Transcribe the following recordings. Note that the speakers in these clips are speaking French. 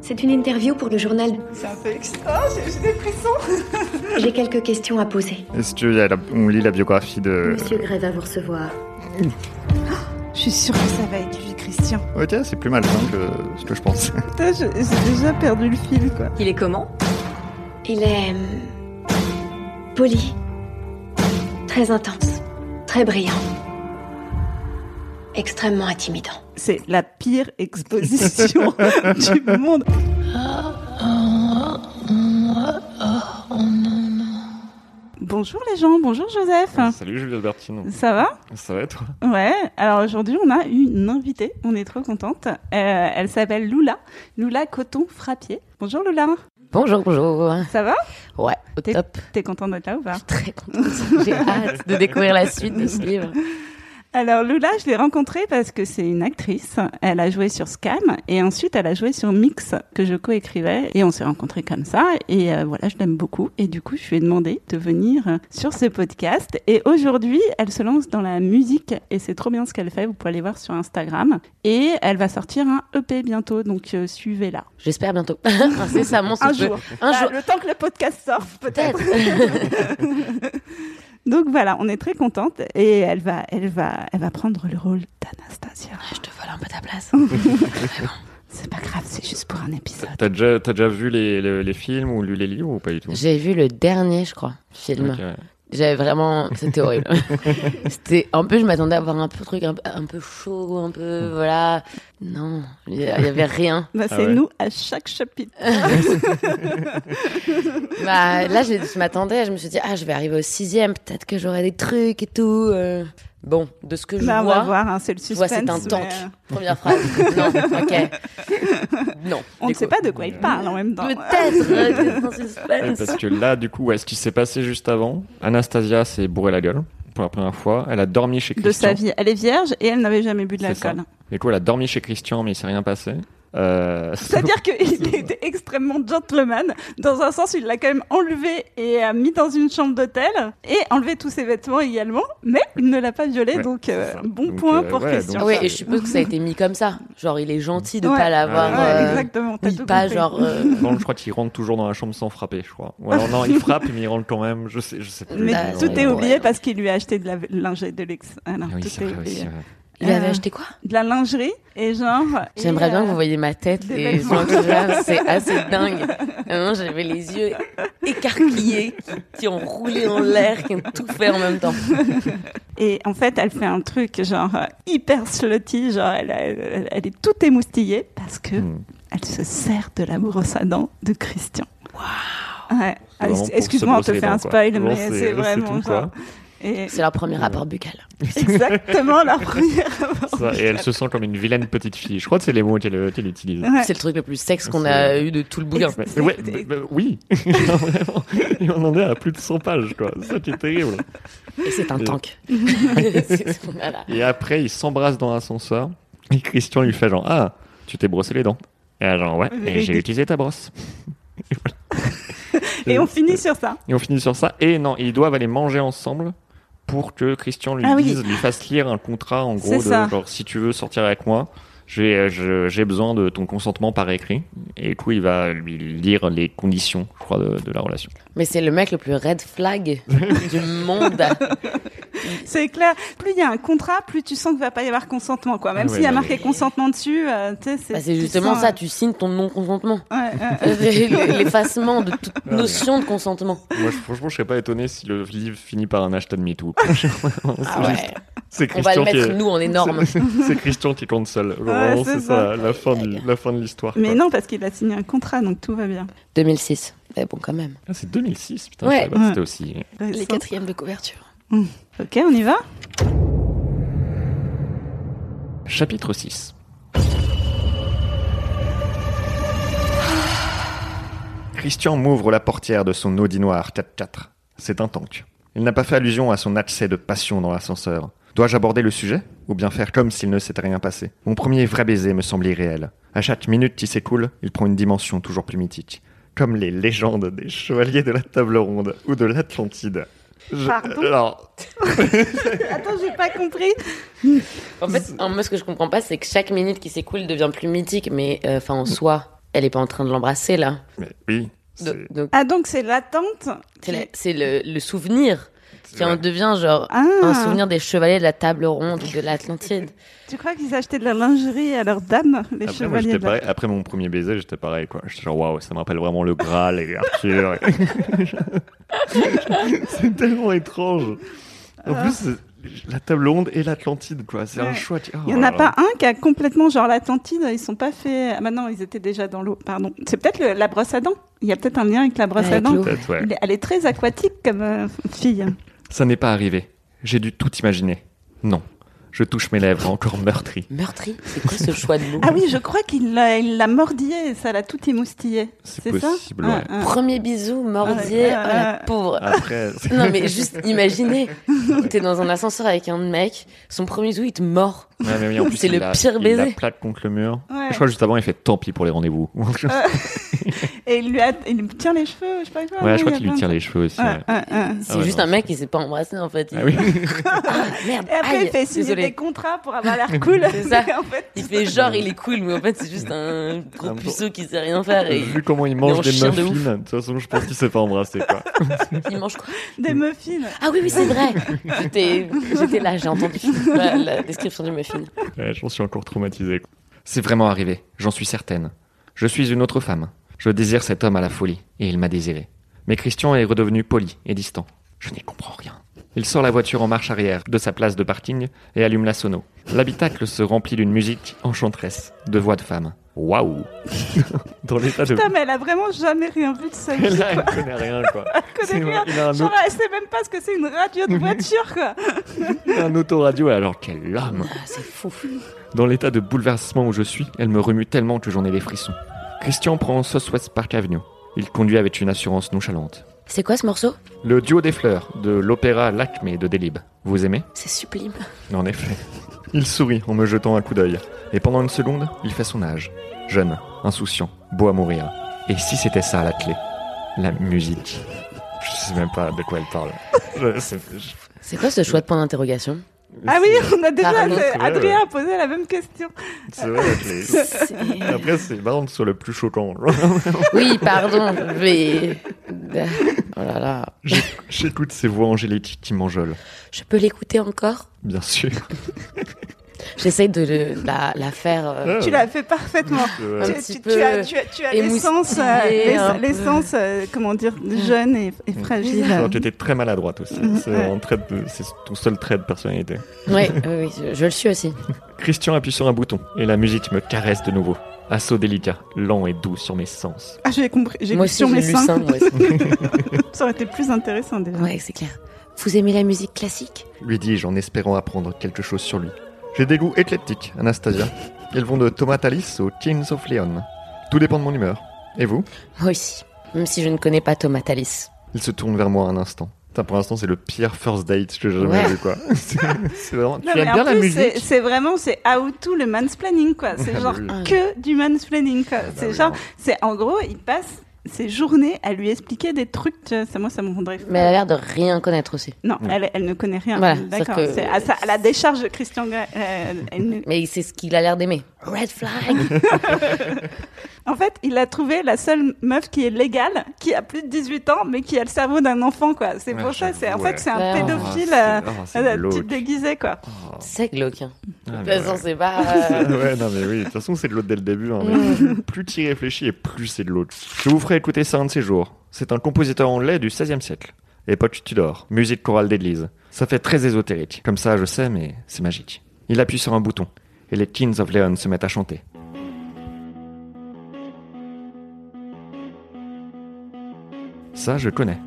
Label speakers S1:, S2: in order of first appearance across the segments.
S1: C'est une interview pour le journal.
S2: C'est un peu extra, j'ai des frissons.
S1: J'ai quelques questions à poser.
S3: Est-ce qu'on lit la biographie de.
S1: Monsieur Gray va vous recevoir.
S2: Je suis sûre que ça va être lui, Christian.
S3: Ok, c'est plus malin que ce que je pense.
S2: Putain, je- j'ai déjà perdu le fil, quoi.
S4: Il est comment
S1: Il est. euh, poli. Très intense. Très brillant. Extrêmement intimidant.
S2: C'est la pire exposition du monde. Bonjour les gens, bonjour Joseph.
S3: Salut Julie Albertine.
S2: Ça va
S3: Ça va toi
S2: Ouais, alors aujourd'hui on a une invitée, on est trop contente. Euh, elle s'appelle Lula, Lula Coton Frappier. Bonjour Lula,
S5: Bonjour, bonjour.
S2: ça va
S5: Ouais, au
S2: T'es-
S5: top.
S2: T'es contente d'être là ou pas
S5: Très contente. J'ai hâte de découvrir la suite de ce livre.
S2: Alors Lula, je l'ai rencontrée parce que c'est une actrice. Elle a joué sur Scam et ensuite elle a joué sur Mix que je coécrivais et on s'est rencontrés comme ça et euh, voilà, je l'aime beaucoup et du coup je lui ai demandé de venir euh, sur ce podcast et aujourd'hui elle se lance dans la musique et c'est trop bien ce qu'elle fait. Vous pouvez aller voir sur Instagram et elle va sortir un EP bientôt donc euh, suivez-la.
S5: J'espère bientôt. Incessamment, sous
S2: Un
S5: peu.
S2: jour,
S5: Un
S2: Bah,
S5: jour.
S2: le temps que le podcast sorte peut-être.
S5: Peut-être.
S2: Donc voilà, on est très contente et elle va, elle va, elle va prendre le rôle d'Anastasia.
S5: Ah, Je te vole un peu ta place.
S2: C'est pas grave, c'est juste pour un épisode.
S6: T'as déjà, t'as déjà vu les, les, les films ou lu les livres ou pas du tout
S5: J'ai vu le dernier, je crois, film.
S6: Ok, ouais.
S5: J'avais vraiment, c'était horrible. c'était un peu, je m'attendais à voir un peu truc un, peu- un peu chaud, un peu voilà. Non, il y avait rien.
S2: Bah,
S6: Ah
S2: c'est
S6: ouais.
S2: nous à chaque chapitre.
S5: Bah là, j'ai- je m'attendais, je me suis dit ah, je vais arriver au sixième, peut-être que j'aurai des trucs et tout. euh. Bon, de ce que je
S2: Bah, on
S5: vois,
S2: va voir, hein, c'est le
S5: je
S2: suspense.
S5: vois c'est un
S2: mais,
S5: tank.
S2: euh,
S5: Première phrase. Non, ok. Non.
S2: on
S5: du
S2: ne sait
S5: coup.
S2: pas de quoi il parle en même temps.
S5: Peut-être euh, dans un
S6: Ouais,
S5: suspense.
S6: Parce que là, du coup, ouais, ce qui s'est passé juste avant, Anastasia s'est bourrée la gueule pour la première fois. Elle a dormi chez
S2: De
S6: Christian.
S2: sa vie. Elle est vierge et elle n'avait jamais bu de
S6: C'est ça.
S2: l'alcool.
S6: Du coup, elle a dormi chez Christian, mais il s'est rien passé. Euh,
S2: C'est-à-dire qu'il était extrêmement gentleman. Dans un sens, il l'a quand même enlevé et euh, mis dans une chambre d'hôtel et enlevé tous ses vêtements également, mais il ne l'a pas violé,
S6: Ouais,
S2: donc euh,
S6: c'est ça.
S2: bon
S6: Donc,
S2: point
S6: euh,
S2: pour
S6: ouais,
S2: Christian.
S6: donc,
S5: Ouais, Ah et je suppose que ça a été mis comme ça. Genre, il est gentil de
S2: Ouais.
S5: pas l'avoir.
S2: Ouais,
S6: euh,
S2: exactement, t'as
S5: mis
S2: tout
S5: pas
S2: compris.
S5: genre. euh,
S6: Non, je crois qu'il rentre toujours dans la chambre sans frapper, je crois. Ou alors non, il frappe, mais il rentre quand même. Je sais, je sais plus.
S2: Mais
S5: Bah,
S2: tout
S5: ouais,
S2: est oublié
S5: ouais.
S2: parce qu'il lui a acheté de la lingette de l'ex. Ah non,
S6: Ah oui,
S2: tout
S6: c'est
S2: est
S6: vrai
S2: oublié.
S6: aussi. ouais.
S5: Il avait
S2: Euh,
S5: acheté quoi
S2: de la lingerie et genre.
S5: J'aimerais
S2: et,
S5: bien que
S2: euh,
S5: vous voyiez ma tête
S2: des
S5: et
S2: vêtements.
S5: son entourage, c'est assez dingue. Vraiment, j'avais les yeux écarquillés, qui, qui ont roulé en l'air, qui ont tout fait en même temps.
S2: Et en fait, elle fait un truc genre euh, hyper slutty, genre elle, elle- elle est tout émoustillée parce que
S6: Hmm.
S2: elle se sert de la brosse à dents de Christian. Waouh. Ouais.
S6: C'est vraiment pour se
S2: Ah, Excuse-moi, on te
S6: brosser les
S2: fait un
S6: dents, quoi.
S2: spoil,
S6: Bon,
S2: mais
S6: c'est-
S2: c'est
S6: c'est
S2: vraiment
S6: tout, quoi.
S2: genre. Et
S5: C'est leur premier rapport buccal.
S2: exactement la première.
S6: Ça, et elle se sent comme une vilaine petite fille. Je crois que c'est les mots qu'elle qu'elle utilise.
S2: Ouais.
S5: C'est le truc le plus sexe qu'on a eu de tout le bouquin.
S6: Mais- ouais, bah- bah, oui, Non, vraiment. Et on en est à plus de 100 pages, quoi. Ça qui est terrible.
S5: Et c'est un
S6: Et-
S5: tank. C'est- voilà.
S6: Et après, ils s'embrassent dans l'ascenseur. Et Christian lui fait genre Ah, tu t'es brossé les dents. Et elle genre Ouais,
S2: Mais-
S6: et j'ai utilisé ta brosse.
S2: Et on finit sur ça.
S6: Et on finit sur ça. Et non, ils doivent aller manger ensemble pour que Christian lui
S2: Ah oui.
S6: dise, lui fasse lire un contrat en
S2: C'est
S6: gros de
S2: ça.
S6: genre si tu veux sortir avec moi. J'ai euh, je- j'ai besoin de ton consentement par écrit. Et du coup, il va lui lire les conditions, je crois, de, de la relation.
S5: Mais c'est le mec le plus red flag du monde. Bah,
S2: C'est clair. Plus il y a un contrat, plus tu sens qu'il va pas y avoir consentement, quoi. Même
S6: Ah ouais,
S2: s'il y a
S6: bah
S2: marqué
S5: oui.
S2: consentement dessus, euh, tu sais, c'est.
S5: Bah, c'est
S2: tu
S5: justement
S2: sens,
S5: ça, tu signes ton non-consentement.
S2: euh, ouais, ouais.
S5: L'effacement de toute
S6: mais-
S5: notion de consentement.
S6: Moi, je- franchement, je serais pas étonné si le livre finit par un hashtag MeToo.
S5: Ah ouais.
S6: C'est
S5: On va le
S6: Christian qui
S5: mettre,
S6: est...
S5: nous, en énorme.
S6: C'est Christian qui compte seul. Vraiment,
S2: c'est
S6: c'est
S2: ça.
S6: ça, la fin, du- la fin de l'histoire.
S2: Mais
S6: quoi.
S2: non, parce qu'il a signé un contrat, donc tout va bien.
S5: 2006. Mais Eh bon, quand même.
S6: Ah, c'est 2006, putain,
S5: Ouais.
S6: je savais pas que c'était aussi.
S2: Récent.
S5: quatrièmes de couverture.
S2: Ok, on y va
S6: Chapitre 6. Christian m'ouvre la portière de son Audi noir 4x4. C'est un tank. Il n'a pas fait allusion à son accès de passion dans l'ascenseur. Dois-je aborder le sujet Ou bien faire comme s'il ne s'était rien passé Mon premier vrai baiser me semble irréel. À chaque minute qui s'écoule, il prend une dimension toujours plus mythique. Comme les légendes des chevaliers de la table ronde ou de l'Atlantide. Je-
S2: Pardon
S6: Alors,
S2: Attends, j'ai pas compris.
S5: En fait, en- moi, ce que je comprends pas, c'est que chaque minute qui s'écoule devient plus mythique, mais euh, enfin, en soi. Elle est pas en train de l'embrasser là.
S6: Mais oui.
S5: Donc,
S6: c'est-
S5: donc,
S2: Ah, donc c'est l'attente.
S5: c'est la- c'est le, le souvenir qui en
S6: ouais.
S5: devient genre
S2: Ah,
S5: un souvenir des chevaliers de la table ronde de l'Atlantide.
S2: tu crois qu'ils achetaient de la lingerie à leurs dames, les
S6: Après, moi,
S2: chevaliers
S6: j'étais
S2: de la-
S6: pareil. Après mon premier baiser, j'étais pareil. quoi. J'étais genre, waouh, ça me rappelle vraiment le Graal et Arthur. c'est tellement étrange. En plus, c'est- la table ronde et l'Atlantide, quoi. C'est un
S2: Ah. Ouais.
S6: choix. qui- oh
S2: Il n'y en
S6: là
S2: a
S6: là.
S2: pas un qui a complètement genre l'Atlantide, ils sont pas faits. Maintenant, ils étaient déjà dans l'eau, pardon. C'est peut-être le- la brosse à dents. Il y a peut-être un lien avec la brosse à
S5: Avec
S2: dents.
S5: l'eau.
S6: Peut-être, ouais.
S2: Elle est- Elle est très aquatique comme euh, fille.
S6: Ça n'est pas arrivé. J'ai dû tout imaginer. Non. Je touche mes lèvres encore meurtries.
S5: Meurtri, c'est quoi ce choix de mots
S2: Ah oui, je crois qu'il l'a il l'a mordillée et ça l'a tout émoustillée.
S6: C'est
S2: C'est ça
S6: possible,
S2: Ah,
S6: ouais.
S2: ah.
S5: Premier bisou, mordier,
S2: Ah ouais,
S5: oh, la
S2: ouais, ouais.
S5: pauvre.
S6: Après,
S5: Non mais juste imaginez, t'es dans un ascenseur avec un mec, son premier bisou il te mord.
S6: Ouais, mais oui, en plus,
S5: C'est
S6: il
S5: le
S6: la-
S5: pire
S6: Il la
S5: baiser.
S6: plaque contre le mur.
S2: Ouais. Ah,
S6: Je crois que juste avant, il fait tant pis pour les rendez-vous. ouais,
S2: Et il lui, a- il lui tient les cheveux, je sais pas quoi. non,
S6: je
S2: il y
S6: crois
S2: a
S6: qu'il lui
S2: plein
S6: tire
S2: de-
S6: les cheveux aussi.
S2: Ouais,
S6: ouais.
S2: ouais, ouais.
S5: C'est
S6: Ah ouais,
S5: juste
S6: non,
S5: un mec qui s'est pas embrassé en fait. Il-
S6: Ah oui.
S5: Ah, merde.
S2: Et après,
S5: aïe,
S2: il fait signer
S5: désolé.
S2: des contrats pour avoir l'air cool.
S5: C'est ça.
S2: Et en fait,
S5: Il fait genre il est cool mais en fait c'est juste un gros
S6: Un
S5: puceau qui sait rien faire et
S6: Vu comment il
S5: Mais on
S6: mange des
S5: chien de
S6: muffins, de toute façon, je pense qu'il s'est pas embrassé. Quoi.
S5: il mange quoi
S2: des
S6: Mm.
S2: muffins.
S5: Ah oui oui c'est vrai. J'étais j'étais là j'ai entendu la, la description du muffin.
S6: Ouais, J'en suis encore traumatisé. quoi. C'est vraiment arrivé, j'en suis certaine. Je suis une autre femme. Je désire cet homme à la folie, et il m'a désiré. Mais Christian est redevenu poli et distant. Je n'y comprends rien. Il sort la voiture en marche arrière de sa place de parking et allume la sono. L'habitacle se remplit d'une musique enchanteresse, de voix de femme. Waouh Dans l'état de...
S2: Putain, mais elle a vraiment jamais rien vu de sa vie.
S6: Là, elle connaît rien, quoi.
S2: Elle
S6: C'est-
S2: connaît rien.
S6: Il a un,
S2: Genre,
S6: auto-
S2: elle sait même pas ce que c'est une radio de voiture, quoi.
S6: un autoradio, alors quel homme
S5: Ah, c'est fou.
S6: Dans l'état de bouleversement où je suis, elle me remue tellement que j'en ai des frissons. Christian prend Southwest Park Avenue. Il conduit avec une assurance nonchalante.
S5: C'est quoi ce morceau
S6: Le duo des fleurs de l'opéra L'Acme de Delib. Vous aimez
S5: C'est sublime.
S6: En effet. Il sourit en me jetant un coup d'œil. Et pendant une seconde, il fait son âge. Jeune, insouciant, beau à mourir. Et si c'était ça la clé La musique. Je sais même pas de quoi elle parle. Je- c'est- je-
S5: C'est quoi ce choix de point d'interrogation
S2: Ah oui, on a déjà.
S5: Pardon.
S2: c'est-
S6: C'est vrai,
S2: Adrien a posé la même question.
S6: C'est vrai la clé.
S5: C'est-
S6: Après, c'est marrant que ce soit le plus choquant.
S5: Oui, pardon, mais. Oh là là.
S6: J'écoute ces voix angéliques qui m'enjolent.
S5: Je peux l'écouter encore
S6: Bien sûr.
S5: J'essaye de le- la, la faire.
S6: Ah.
S5: euh,
S2: Tu l'as fait parfaitement.
S5: Un
S2: Tu,
S5: petit
S2: tu-
S5: peu
S2: tu as, tu as- tu as l'essence, euh,
S5: émoustillé,
S2: l'ess-
S5: un peu.
S2: l'essence, euh, comment dire, jeune et, et fragile.
S6: tu étais très maladroite aussi. C'est un trait de- c'est ton seul trait de personnalité.
S5: ouais, oui, oui, je, je le suis aussi.
S6: Christian appuie sur un bouton et la musique me caresse de nouveau. Assaut délicat, lent et doux sur mes sens.
S2: Ah, j'ai compris. J'ai
S5: Moi
S2: compris
S5: aussi,
S2: sur
S5: j'ai
S2: mes
S5: lu
S2: seins.
S5: ça. Moi aussi.
S2: Ça aurait été plus intéressant déjà.
S5: Ouais, c'est clair. Vous aimez la musique classique
S6: Lui dis-je en espérant apprendre quelque chose sur lui. J'ai des goûts éclectiques, Anastasia. Ils vont de Tomatalis au Kings of Leon. Tout dépend de mon humeur. Et vous
S5: Moi aussi. Même si je ne connais pas Thomas Thalys.
S6: Il se tourne vers moi un instant. Putain, pour l'instant, c'est le pire first date que j'ai jamais
S5: Ouais.
S6: vu, quoi. c'est c'est vraiment...
S2: Non,
S6: tu
S2: mais
S6: aimes
S2: en
S6: bien la
S2: plus,
S6: musique
S2: c'est- C'est vraiment, c'est how to le mansplaining, quoi. C'est
S6: Ah,
S2: genre
S6: bah
S5: oui.
S2: que du mansplaining, quoi.
S6: Ah, bah
S2: c'est
S6: oui,
S2: genre,
S6: non.
S2: c'est en gros, il passe ses journées à lui expliquer des trucs. tu vois. Ça, moi, ça me rendrait.
S5: Mais elle a l'air de rien connaître aussi.
S2: Non, elle, elle ne connaît rien.
S5: Voilà,
S2: D'accord.
S5: c'est-à-dire que-
S2: C'est à, sa- à la décharge de Christian Grey, euh, elle ne-
S5: Mais c'est ce qu'il a l'air d'aimer. Red flag
S2: En fait, il a trouvé la seule meuf qui est légale, qui a plus de 18 ans, mais qui a le cerveau d'un enfant, quoi. C'est
S6: Ouais,
S2: pour ça. C'est en
S6: j'avoue,
S2: fait, c'est
S5: ouais.
S2: un
S5: Ouais,
S2: pédophile.
S6: Ah,
S2: euh,
S6: c'est- ah, c'est
S2: euh,
S6: glauque.
S2: type déguisé, quoi.
S5: C'est glauque. hein.
S6: Ah,
S5: De
S6: mais
S5: toute
S6: ouais.
S5: façon, c'est pas. euh, Mm.
S6: ouais, non, mais oui, de toute façon, c'est de l'autre dès le début. hein, mais plus- plus tu y réfléchis et plus c'est de l'autre. Je vous ferai écouter ça un de ces jours. C'est un compositeur anglais du XVIe siècle. Époque Tudor, musique chorale d'église. Ça fait très ésotérique. Comme ça, je sais, mais c'est magique. Il appuie sur un bouton et les Kings of Leon se mettent à chanter. Ça, je connais.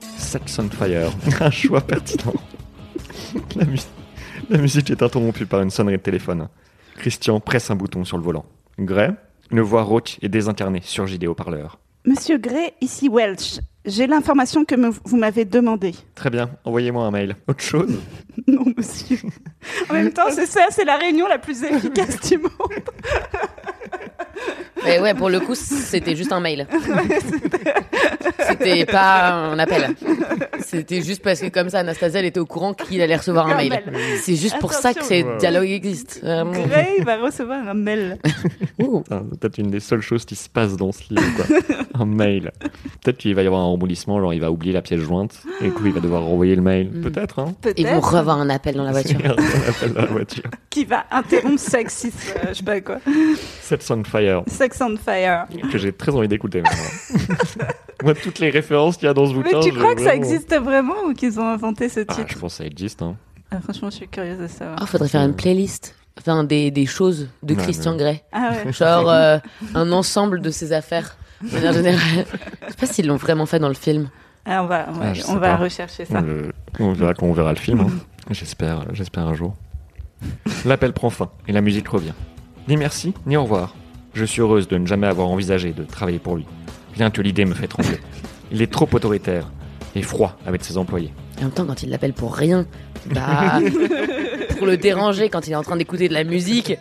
S6: Sex on Fire. un choix pertinent. La musique. La musique est interrompue par une sonnerie de téléphone. Christian presse un bouton sur le volant. Gray, une voix rauque et désincarnée surgit des haut-parleurs.
S2: Monsieur Gray, ici Welch. J'ai l'information que me- vous m'avez demandée.
S6: Très bien, envoyez-moi un mail. Autre chose
S2: Non, monsieur. En même temps, c'est ça, c'est la réunion la plus efficace du monde.
S5: Mais ouais, pour le coup, c'était juste un mail. C'était pas un appel. C'était juste parce que comme ça, Anastasia, elle était au courant qu'il allait recevoir un mail. C'est juste pour ça que ces
S3: Attention.
S5: dialogues existent. vraiment.
S2: Gray va recevoir un mail.
S6: Ouh, putain, c'est peut-être une des seules choses qui se passe dans ce livre, quoi. un mail. Peut-être qu'il va y avoir un remboulissement, genre il va oublier la pièce jointe, et du coup il va devoir renvoyer le mail.
S5: Mm.
S6: Peut-être, hein
S5: Ils vont
S2: Peut-être
S5: revoir un appel dans la voiture.
S6: On appelle dans la voiture.
S2: qui va interrompre Sexis, euh, je sais pas quoi.
S6: Set on fire,
S2: Sex on Fire.
S6: que j'ai très envie d'écouter maintenant. Moi, toutes les références qu'il y a dans ce
S2: Mais
S6: bouquin.
S2: tu
S6: je-
S2: crois que ça
S6: vraiment-
S2: existe vraiment ou qu'ils ont inventé ce
S6: ah,
S2: titre
S6: Je pense que ça existe, hein.
S2: Ah, Franchement, je suis curieuse de savoir.
S5: Ah, faudrait faire une playlist. Enfin, des, des choses de
S6: Ouais,
S5: Christian
S6: mais-
S5: Grey.
S2: Ah ouais.
S5: Genre, euh, un ensemble de ses affaires, de manière générale. Je sais pas s'ils l'ont vraiment fait dans le film.
S2: Ah, on va, on va-
S6: Ah, je sais
S2: on va
S6: pas.
S2: rechercher ça.
S6: On, le- on verra quand on verra le film. hein. J'espère, j'espère un jour. L'appel prend fin et la musique revient. Ni merci, ni au revoir. Je suis heureuse de ne jamais avoir envisagé de travailler pour lui. Rien que l'idée me fait trembler. Il est trop autoritaire et froid avec ses employés.
S5: Et en même temps, quand il l'appelle pour rien, bah, pour le déranger quand il est en train d'écouter de la musique,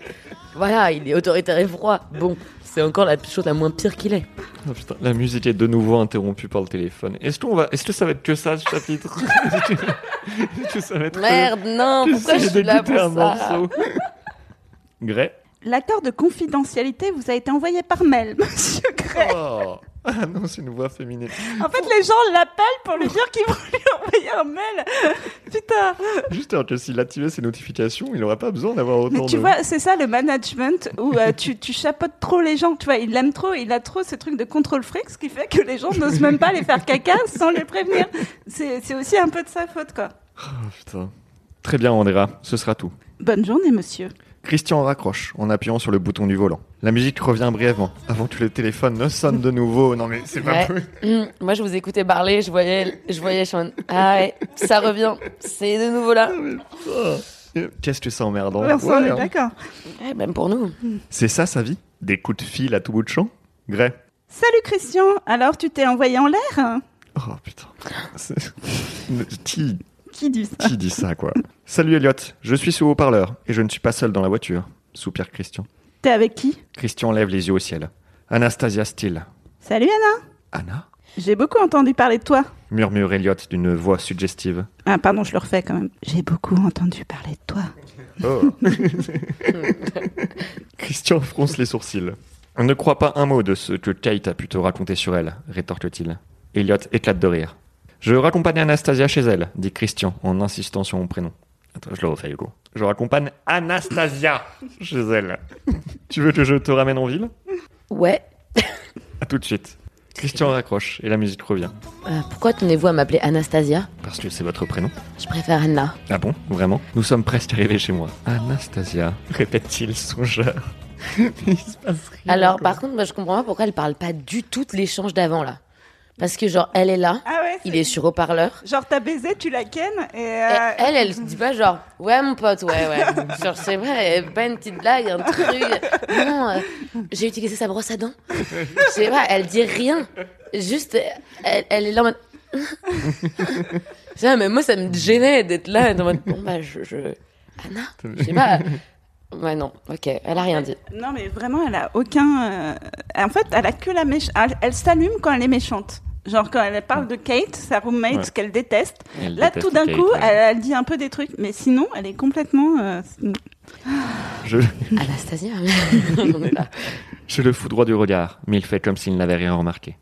S5: voilà, il est autoritaire et froid. Bon, c'est encore la chose la moins pire qu'il est.
S6: Oh, putain, la musique est de nouveau interrompue par le téléphone. Est-ce qu'on va, est-ce que ça va être que ça ce chapitre Est-ce que ça va être euh,
S5: Merde, non, pourquoi je
S6: J'essaie
S5: suis là
S6: d'écouter
S5: pour
S6: un
S5: ça
S6: morceau. Grey.
S2: L'accord de confidentialité vous a été envoyé par mail, monsieur Gray.
S6: Oh. Ah non, c'est une voix féminine.
S2: En fait, les gens l'appellent pour lui dire qu'ils vont lui envoyer un mail. Putain.
S6: Juste alors que s'il activait ses notifications, il n'aurait pas besoin d'avoir autant
S2: Mais tu
S6: de...
S2: vois, c'est ça le management où euh, tu, tu chapeautes trop les gens. Tu vois, il l'aime trop, il a trop ce truc de contrôle fric, ce qui fait que les gens n'osent même pas les faire caca sans les prévenir. C'est c'est aussi un peu de sa faute, quoi.
S6: Oh, putain. Très bien, Andrea, ce sera tout.
S2: Bonne journée, monsieur.
S6: Christian raccroche en appuyant sur le bouton du volant. La musique revient brièvement, avant que le téléphone ne sonne de nouveau. Non mais c'est pas
S5: Ouais.
S6: possible.
S5: Hum, Moi, je vous écoutais parler, je voyais, je voyais Sean. Ah ouais, ça revient, c'est de nouveau
S6: Ah
S5: là.
S6: Qu'est-ce que c'est emmerdant.
S2: Ouais, on s'en
S6: Ouais,
S2: est
S6: hein.
S2: d'accord.
S5: Ouais, même pour nous.
S6: C'est ça sa vie Des coups de fil à tout bout de champ Grey.
S2: Salut, Christian. Alors, tu t'es envoyé en l'air hein
S6: Oh putain. C'est- qui,
S2: Qui dit ça
S6: qui dit ça quoi Salut Elliot, je suis sous haut-parleur et je ne suis pas seul dans la voiture. Soupire Christian.
S2: T'es avec qui
S6: Christian lève les yeux au ciel. Anastasia Steele.
S2: Salut, Anna.
S6: Anna
S2: J'ai beaucoup entendu parler de toi.
S6: murmure Elliot d'une voix suggestive.
S2: Ah, pardon, je le refais quand même. J'ai beaucoup entendu parler de toi.
S6: Christian fronce les sourcils. Ne crois pas un mot de ce que Kate a pu te raconter sur elle, rétorque-t-il. Elliot éclate de rire. Je raccompagne Anastasia chez elle, dit Christian en insistant sur mon prénom. Attends, je le refais Hugo. Je raccompagne Anastasia chez elle. tu veux que je te ramène en ville
S5: Ouais.
S6: À tout de suite. Christian raccroche et la musique revient.
S5: Euh, pourquoi tenez-vous à m'appeler Anastasia
S6: Parce que c'est votre prénom.
S5: Je préfère Anna.
S6: Ah bon Vraiment Nous sommes presque arrivés chez moi. Anastasia, répète-t-il songeur. Il se passe rien,
S5: Alors,
S6: quoi.
S5: par contre, moi, je comprends pas pourquoi elle parle pas du tout de l'échange d'avant, là. Parce que, genre, elle est là,
S2: Ah ouais
S5: il est sur haut-parleur.
S2: Genre, t'as baisé, tu la kennes et.
S5: et
S2: euh,
S5: Elle, elle se dit pas genre, ouais, mon pote, ouais, ouais. genre, c'est vrai, elle a pas une petite blague, un truc. Non, euh, j'ai utilisé sa brosse à dents. Je sais pas, elle dit rien. Juste, euh, elle, elle est là en mode. ça, mais moi, ça me gênait d'être là, en mode, bon, bah, je. je... Anna Je sais pas. Ouais, non, ok, elle a rien dit.
S2: Non, mais vraiment, elle a aucun. euh, En fait, elle a que la méchante. Elle, elle s'allume quand elle est méchante. Genre quand elle parle de Kate, sa roommate,
S6: Ouais.
S2: qu'elle déteste.
S6: Elle
S2: Là,
S6: déteste
S2: tout d'un
S6: Kate,
S2: coup,
S6: ouais.
S2: elle, elle dit un peu des trucs. Mais sinon, elle est complètement. euh,
S6: Je,
S5: Anastasia, on est là.
S6: je le foudroie du regard, mais il fait comme s'il n'avait rien remarqué.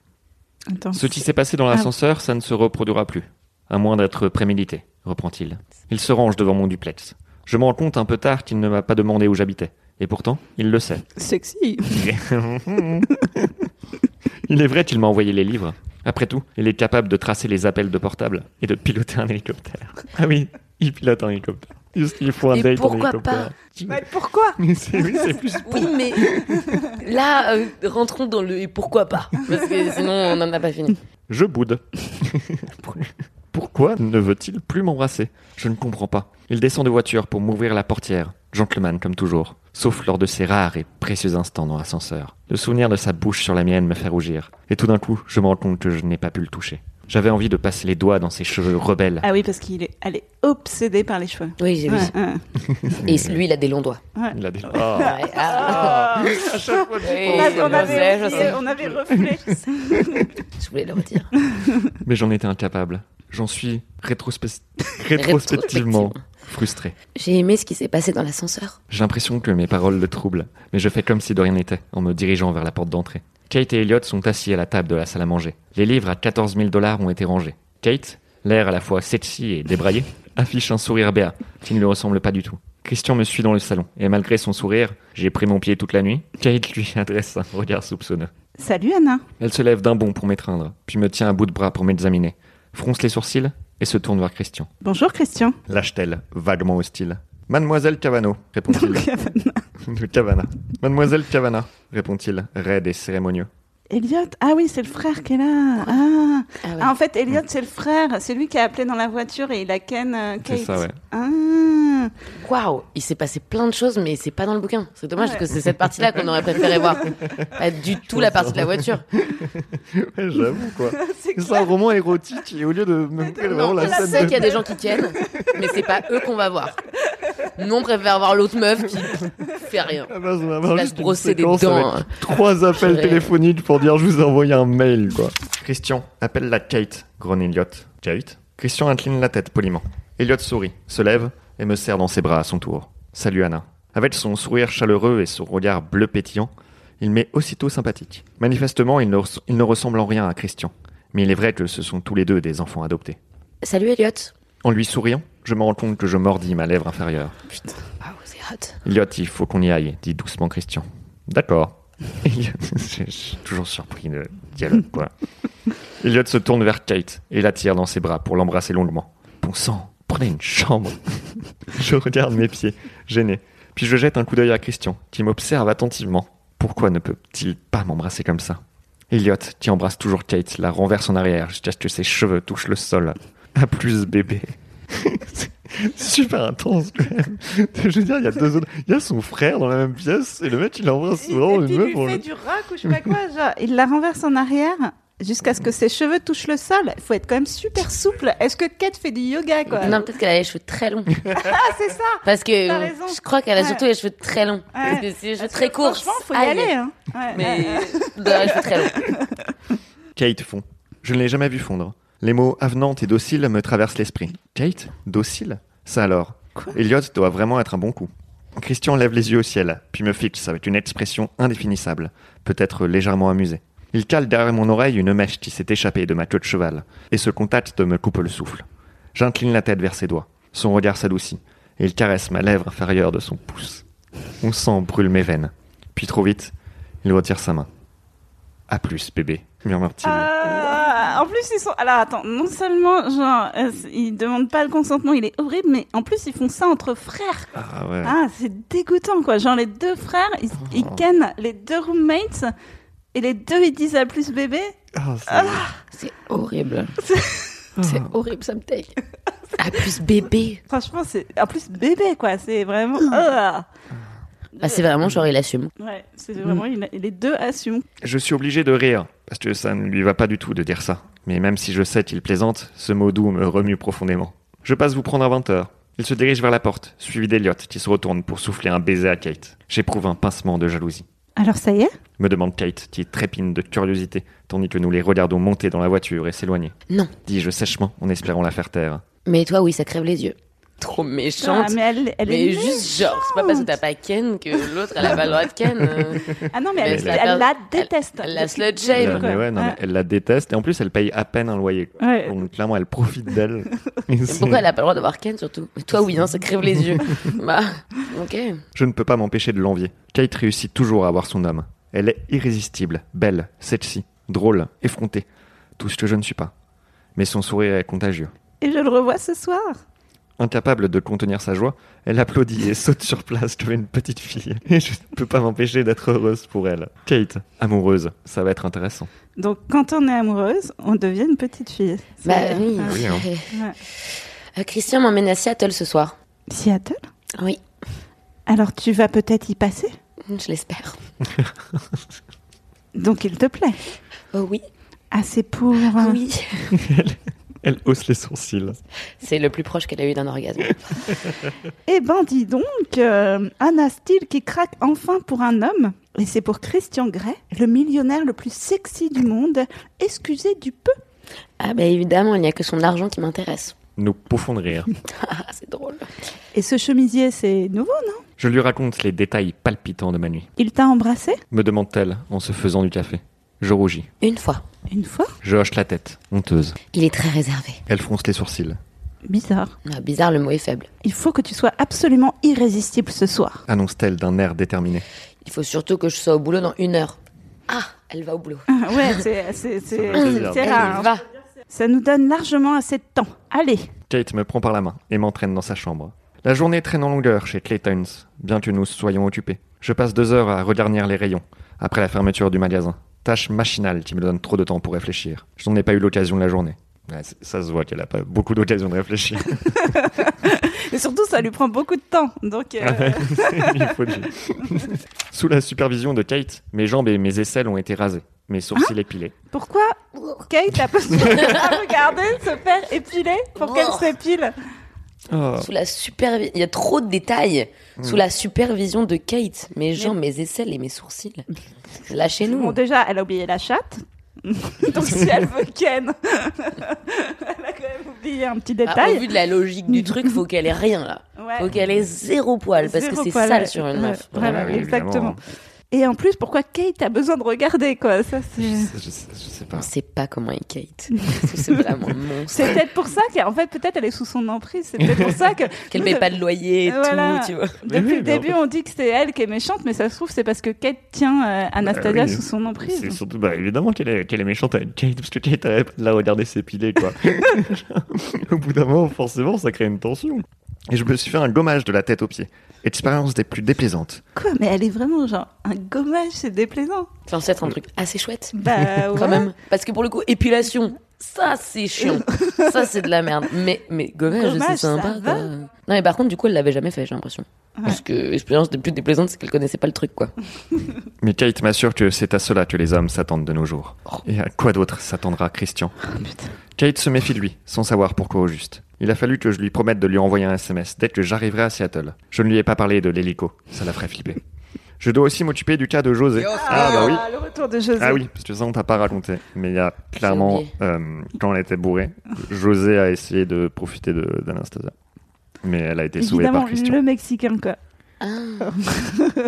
S2: Attends.
S6: Ce qui s'est passé dans l'ascenseur, ça ne se reproduira plus. À moins d'être prémédité, reprend-il. Il se range devant mon duplex. Je me rends compte un peu tard qu'il ne m'a pas demandé où j'habitais. Et pourtant, il le sait.
S2: Sexy.
S6: Il est vrai qu'il m'a envoyé les livres. Après tout, il est capable de tracer les appels de portable et de piloter un hélicoptère. Ah oui, il pilote un hélicoptère. Juste qu'il faut un
S5: Et
S6: date en
S5: pourquoi
S6: hélicoptère.
S2: Mais pourquoi
S6: Mais c'est oui, c'est plus
S5: Oui, mais là, euh, rentrons dans le et pourquoi pas Parce que sinon, on n'en a pas fini.
S6: Je boude. Pourquoi ne veut-il plus m'embrasser Je ne comprends pas. Il descend de voiture pour m'ouvrir la portière, gentleman comme toujours, sauf lors de ces rares et précieux instants dans l'ascenseur. Le souvenir de sa bouche sur la mienne me fait rougir, et tout d'un coup, je me rends compte que je n'ai pas pu le toucher. J'avais envie de passer les doigts dans ses cheveux rebelles.
S2: Ah oui, parce qu'il est, elle est obsédée par les cheveux.
S5: Oui, j'ai vu.
S2: Ouais, ouais.
S5: Et lui, il a des longs doigts.
S6: Il a des... Ah.
S5: Ouais, ah.
S3: À chaque fois,
S5: Oui,
S2: On, avait- on
S5: je sais, je
S2: avait, oublié,
S5: sais.
S2: on avait refoulé.
S5: Je voulais le redire.
S6: Mais j'en étais incapable. J'en suis rétrospe- rétrospectivement frustré.
S5: J'ai aimé ce qui s'est passé dans l'ascenseur.
S6: J'ai l'impression que mes paroles le troublent, mais je fais comme si de rien n'était, en me dirigeant vers la porte d'entrée. Kate et Elliot sont assis à la table de la salle à manger. Les livres à 14 000 dollars ont été rangés. Kate, l'air à la fois sexy et débraillé, affiche un sourire béat qui ne lui ressemble pas du tout. Christian me suit dans le salon, et malgré son sourire, j'ai pris mon pied toute la nuit, Kate lui adresse un regard soupçonneux.
S2: Salut Anna.
S6: Elle se lève d'un bond pour m'étreindre, puis me tient à bout de bras pour m'examiner, fronce les sourcils et se tourne vers Christian.
S2: Bonjour Christian.
S6: Lâche-t-elle, vaguement hostile. Mademoiselle Cavano, répond-il.
S2: Donc, Havana.
S6: De Cavana. Mademoiselle Cavana, répond-il, raide et cérémonieux.
S2: Elliot, ah oui, c'est le frère qui est là. Ah.
S5: Ah ouais.
S2: Ah, en fait, Elliot, c'est le frère. C'est lui qui a appelé dans la voiture et il a Ken euh, Kate.
S6: C'est ça, ouais.
S2: Ah.
S5: Waouh, il s'est passé plein de choses, mais c'est pas dans le bouquin. C'est dommage
S2: Ouais.
S5: parce que c'est cette partie-là qu'on aurait préféré voir. Pas du tout la partie de la voiture.
S6: J'avoue, quoi.
S2: C'est
S6: C'est un
S2: clair.
S6: roman érotique, et au lieu de me moquer vraiment
S5: Non,
S6: la
S5: je
S6: scène
S5: sais
S6: de-
S5: qu'il y a des gens qui tiennent, mais c'est pas eux qu'on va voir. Nous, on préfère voir l'autre meuf qui fait rien.
S6: Ah bah, ça va avoir
S5: va
S6: juste
S5: se
S6: une
S5: brosser des
S6: séquence
S5: dents,
S6: avec
S5: hein.
S6: Trois appels
S5: Purée.
S6: téléphoniques pour dire je vous ai envoyé un mail, quoi. Christian, appelle la Kate, grogne Elliot. Kate Christian incline la tête poliment. Elliot sourit, se lève et me serre dans ses bras à son tour. Salut Anna. Avec son sourire chaleureux et son regard bleu pétillant, il m'est aussitôt sympathique. Manifestement, il ne, res- il ne ressemble en rien à Christian. Mais il est vrai que ce sont tous les deux des enfants adoptés.
S5: Salut Elliot.
S6: En lui souriant, je me rends compte que je mordis ma lèvre inférieure.
S5: Waouh, c'est hot.
S6: Elliot, il faut qu'on y aille, dit doucement Christian. D'accord. Elliot- Je je suis toujours surpris de dialogue, quoi. Elliot se tourne vers Kate et la tire dans ses bras pour l'embrasser longuement. Bon sang, prenez une chambre. je regarde mes pieds, gêné. Puis je jette un coup d'œil à Christian, qui m'observe attentivement. Pourquoi ne peut-il pas m'embrasser comme ça Elliot, qui embrasse toujours Kate, la renverse en arrière jusqu'à ce que ses cheveux touchent le sol. À plus, bébé. C'est Super intense, quand même. Je veux dire, il y a deux autres. Il y a son frère dans la même pièce, et le mec, il embrasse
S2: Il,
S6: souvent
S2: et puis,
S6: une
S2: il
S6: meuf.
S2: lui
S6: pour
S2: fait du rock ou je sais pas quoi. genre, il la renverse en arrière jusqu'à ce que ses cheveux touchent le sol. Il faut être quand même super souple. Est-ce que Kate fait du yoga, quoi
S5: Non, peut-être qu'elle a les cheveux très longs.
S2: Ah, c'est ça.
S5: Parce que
S2: T'as raison.
S5: je crois qu'elle a
S2: Ouais.
S5: surtout les cheveux très longs. Parce que c'est les cheveux
S2: Parce que
S5: très courts.
S2: Franchement, faut y
S5: Aïe.
S2: aller. hein. Ouais, ouais.
S5: Mais elle a les cheveux très longs.
S6: Kate fond. Je ne l'ai jamais vue fondre. Les mots avenante et docile me traversent l'esprit. Kate Docile Ça alors
S2: Quoi
S6: Elliot doit vraiment être un bon coup. Christian lève les yeux au ciel, puis me fixe avec une expression indéfinissable, peut-être légèrement amusée. Il cale derrière mon oreille une mèche qui s'est échappée de ma queue de cheval, et ce contact me coupe le souffle. J'incline la tête vers ses doigts. Son regard s'adoucit, et il caresse ma lèvre inférieure de son pouce. Mon sang brûle mes veines. Puis trop vite, il retire sa main. À plus, bébé, murmure-t-il.
S2: Ah, en plus, ils sont. Alors, attends, non seulement, genre, euh, ils demandent pas le consentement, il est horrible, mais en plus, ils font ça entre frères.
S6: Ah ouais.
S2: Ah, c'est dégoûtant, quoi. Genre, les deux frères, ils,
S5: Oh.
S2: ils kennent les deux roommates, et les deux, ils disent à plus bébé.
S6: Ah, c'est-
S5: C'est horrible. C'est horrible, ça me taille. Ah, plus bébé.
S2: Franchement, c'est. En plus, bébé, quoi. C'est vraiment. Ah.
S5: Ah, c'est vraiment genre, il assume.
S2: Ouais,
S5: Mm.
S2: c'est vraiment. il a- Les deux assument.
S6: Je suis obligé de rire, parce que ça ne lui va pas du tout de dire ça. Mais même si je sais qu'il plaisante, ce mot doux me remue profondément. Je passe vous prendre à 20h. Il se dirige vers la porte, suivi d'Eliot, qui se retourne pour souffler un baiser à Kate. J'éprouve un pincement de jalousie.
S2: Alors, ça y est
S6: Me demande Kate, qui trépigne de curiosité, tandis que nous les regardons monter dans la voiture et s'éloigner.
S5: Non.
S6: Dis-je sèchement, en espérant la faire taire.
S5: Mais toi, oui, ça crève les yeux. Trop méchante.
S2: Ah, mais elle, elle
S5: mais
S2: est.
S5: juste genre, c'est pas parce que t'as pas Ken que l'autre, elle a pas le droit de Ken. euh.
S2: Ah non, mais elle,
S5: Mais
S2: elle
S5: elle-
S2: la déteste.
S5: elle la slut
S6: Elle,
S5: shame.
S2: Ouais,
S6: Euh, mais ouais,
S5: Ah.
S6: non, mais elle la déteste, et en plus elle paye à peine un loyer. quoi.
S2: Ouais.
S6: Donc clairement elle profite d'elle.
S5: Et Pourquoi elle a pas le droit d'avoir Ken surtout Mais toi, oui, hein, ça crève les yeux. bah, ok.
S6: Je ne peux pas m'empêcher de l'envier. Kate réussit toujours à avoir son homme. Elle est irrésistible, belle, sexy, drôle, effrontée. Tout ce que je ne suis pas. Mais son sourire est contagieux.
S2: Et je le revois ce soir.
S6: Incapable de contenir sa joie, elle applaudit et saute sur place comme une petite fille. Et je ne peux pas m'empêcher d'être heureuse pour elle. Kate, amoureuse, ça va être intéressant.
S2: Donc, quand on est amoureuse, on devient une petite fille.
S5: Bah
S2: C'est-
S5: oui.
S2: Ah.
S6: Oui, hein.
S2: Ouais.
S5: Euh, Christian m'emmène à Seattle ce soir.
S2: Seattle
S5: Oui,
S2: Alors tu vas peut-être y passer
S5: je l'espère.
S2: Donc il te plaît
S5: Oh oui.
S2: Ah, c'est pauvre.
S1: Oui.
S6: Elle hausse les sourcils.
S5: C'est le plus proche qu'elle a eu d'un orgasme.
S2: Eh ben, dis donc, euh, Anna Steele qui craque enfin pour un homme. Et c'est pour Christian Grey, le millionnaire le plus sexy du monde, excusez du peu.
S5: Ah bah évidemment, il n'y a que son argent qui m'intéresse.
S6: Nous pouvons de rire.
S5: Ah, c'est drôle.
S2: Et ce chemisier, c'est nouveau, non
S6: Je lui raconte les détails palpitants de ma nuit.
S2: Il t'a embrassé
S6: Me demande-t-elle en se faisant du café. Je rougis.
S5: Une fois,
S2: Une fois
S6: Je hoche la tête, honteuse.
S5: il est très réservé.
S6: Elle fronce les sourcils.
S2: Bizarre.
S5: Ah, bizarre, le mot est faible.
S2: Il faut que tu sois absolument irrésistible ce soir.
S6: Annonce-t-elle d'un air déterminé.
S5: Il faut surtout que je sois au boulot dans une heure. Ah, elle va au boulot.
S2: Ah ouais, c'est- c'est
S6: Ça fait
S2: c'est-
S6: plaisir.
S2: c'est
S5: Elle
S2: rare. hein.
S5: va.
S2: Ça nous donne largement assez de temps. Allez,
S6: Kate me prend par la main et m'entraîne dans sa chambre. La journée traîne en longueur chez Claytons, bien que nous soyons occupés. Je passe deux heures à regarnir les rayons, après la fermeture du magasin. Tâche machinale qui me donne trop de temps pour réfléchir. Je n'en ai pas eu l'occasion de la journée. Ouais, c- ça se voit qu'elle a pas beaucoup d'occasion de réfléchir.
S2: Et surtout, ça lui prend beaucoup de temps. Donc, euh,
S6: Il faut du- Sous la supervision de Kate, mes jambes et mes aisselles ont été rasées, mes sourcils épilés.
S2: pourquoi Kate a posté à regarder se faire épiler pour
S5: Oh.
S2: qu'elle s'épile
S6: Ah.
S5: Sous la supervision. Il y a trop de détails. Sous la supervision de Kate, mes jambes, mes aisselles et mes sourcils.
S2: Bon,
S5: Lâchez-nous. Bah,
S2: déjà, elle a oublié la chatte. Donc, si elle veut Ken, elle a quand même oublié un petit
S5: Ah, au
S2: détail.
S5: vu de la logique du truc, faut qu'elle ait rien là.
S2: Ouais.
S5: Faut qu'elle ait zéro poil parce
S2: Zéro
S5: que c'est
S2: poil,
S5: sale
S2: ouais.
S5: sur une
S2: Ouais,
S5: meuf.
S2: vraiment,
S6: Ouais, Ah oui,
S2: exactement.
S6: évidemment.
S2: Et en plus, pourquoi Kate a besoin de regarder, quoi Ça, c'est.
S6: Je, sais- je sais- je sais pas.
S5: On sait pas comment est Kate. Parce que c'est vraiment un monstre.
S2: C'est peut-être pour ça qu'en fait, peut-être elle est sous son emprise. C'est peut-être pour ça que.
S5: Qu'elle
S2: nous,
S5: paye
S2: de-
S5: pas de loyer et
S2: Voilà.
S5: tout, tu vois.
S2: Depuis
S6: Mais oui,
S2: le
S6: mais en
S2: début, on dit que c'est elle qui est méchante, mais ça se trouve, c'est parce que Kate tient euh, Anastasia
S6: Bah oui.
S2: sous son
S6: C'est
S2: emprise.
S6: surtout, bah, évidemment qu'elle est, qu'elle est méchante avec Kate, parce que Kate arrête pas de la regarder s'épiler, quoi. Au bout d'un moment, forcément, ça crée une tension. Et je me suis fait un gommage de la tête aux pieds. Expérience des plus déplaisantes.
S2: Quoi Mais elle est vraiment genre un gommage, c'est déplaisant.
S5: C'est censé être un truc assez chouette.
S2: Bah ouais.
S5: quand même. Parce que pour le coup, épilation, ça c'est chiant. ça c'est de la merde. Mais, mais gommage,
S2: Gommage,
S5: c'est
S2: ça
S5: sympa.
S2: va.
S5: quoi. Non, mais par contre, du coup, elle l'avait jamais fait, j'ai l'impression. Parce que l'expérience la plus déplaisante, c'est qu'elle connaissait pas le truc, quoi.
S6: Mais Kate m'assure que c'est à cela que les hommes s'attendent de nos jours. Et à quoi d'autre s'attendra Christian Kate se méfie de lui, sans savoir pourquoi au juste. Il a fallu que je lui promette de lui envoyer un SMS dès que j'arriverai à Seattle. Je ne lui ai pas parlé de l'hélico, ça la ferait flipper. Je dois aussi m'occuper du cas de José. Ah bah oui.
S2: le retour de José.
S6: Ah oui, parce que ça on t'a pas raconté, mais il y a clairement,
S5: oublié.
S6: euh, quand elle était bourrée, José a essayé de profiter de- d'Anastasia. Mais elle a été sauvée
S2: Évidemment,
S6: par Christian.
S2: le Mexicain, quoi.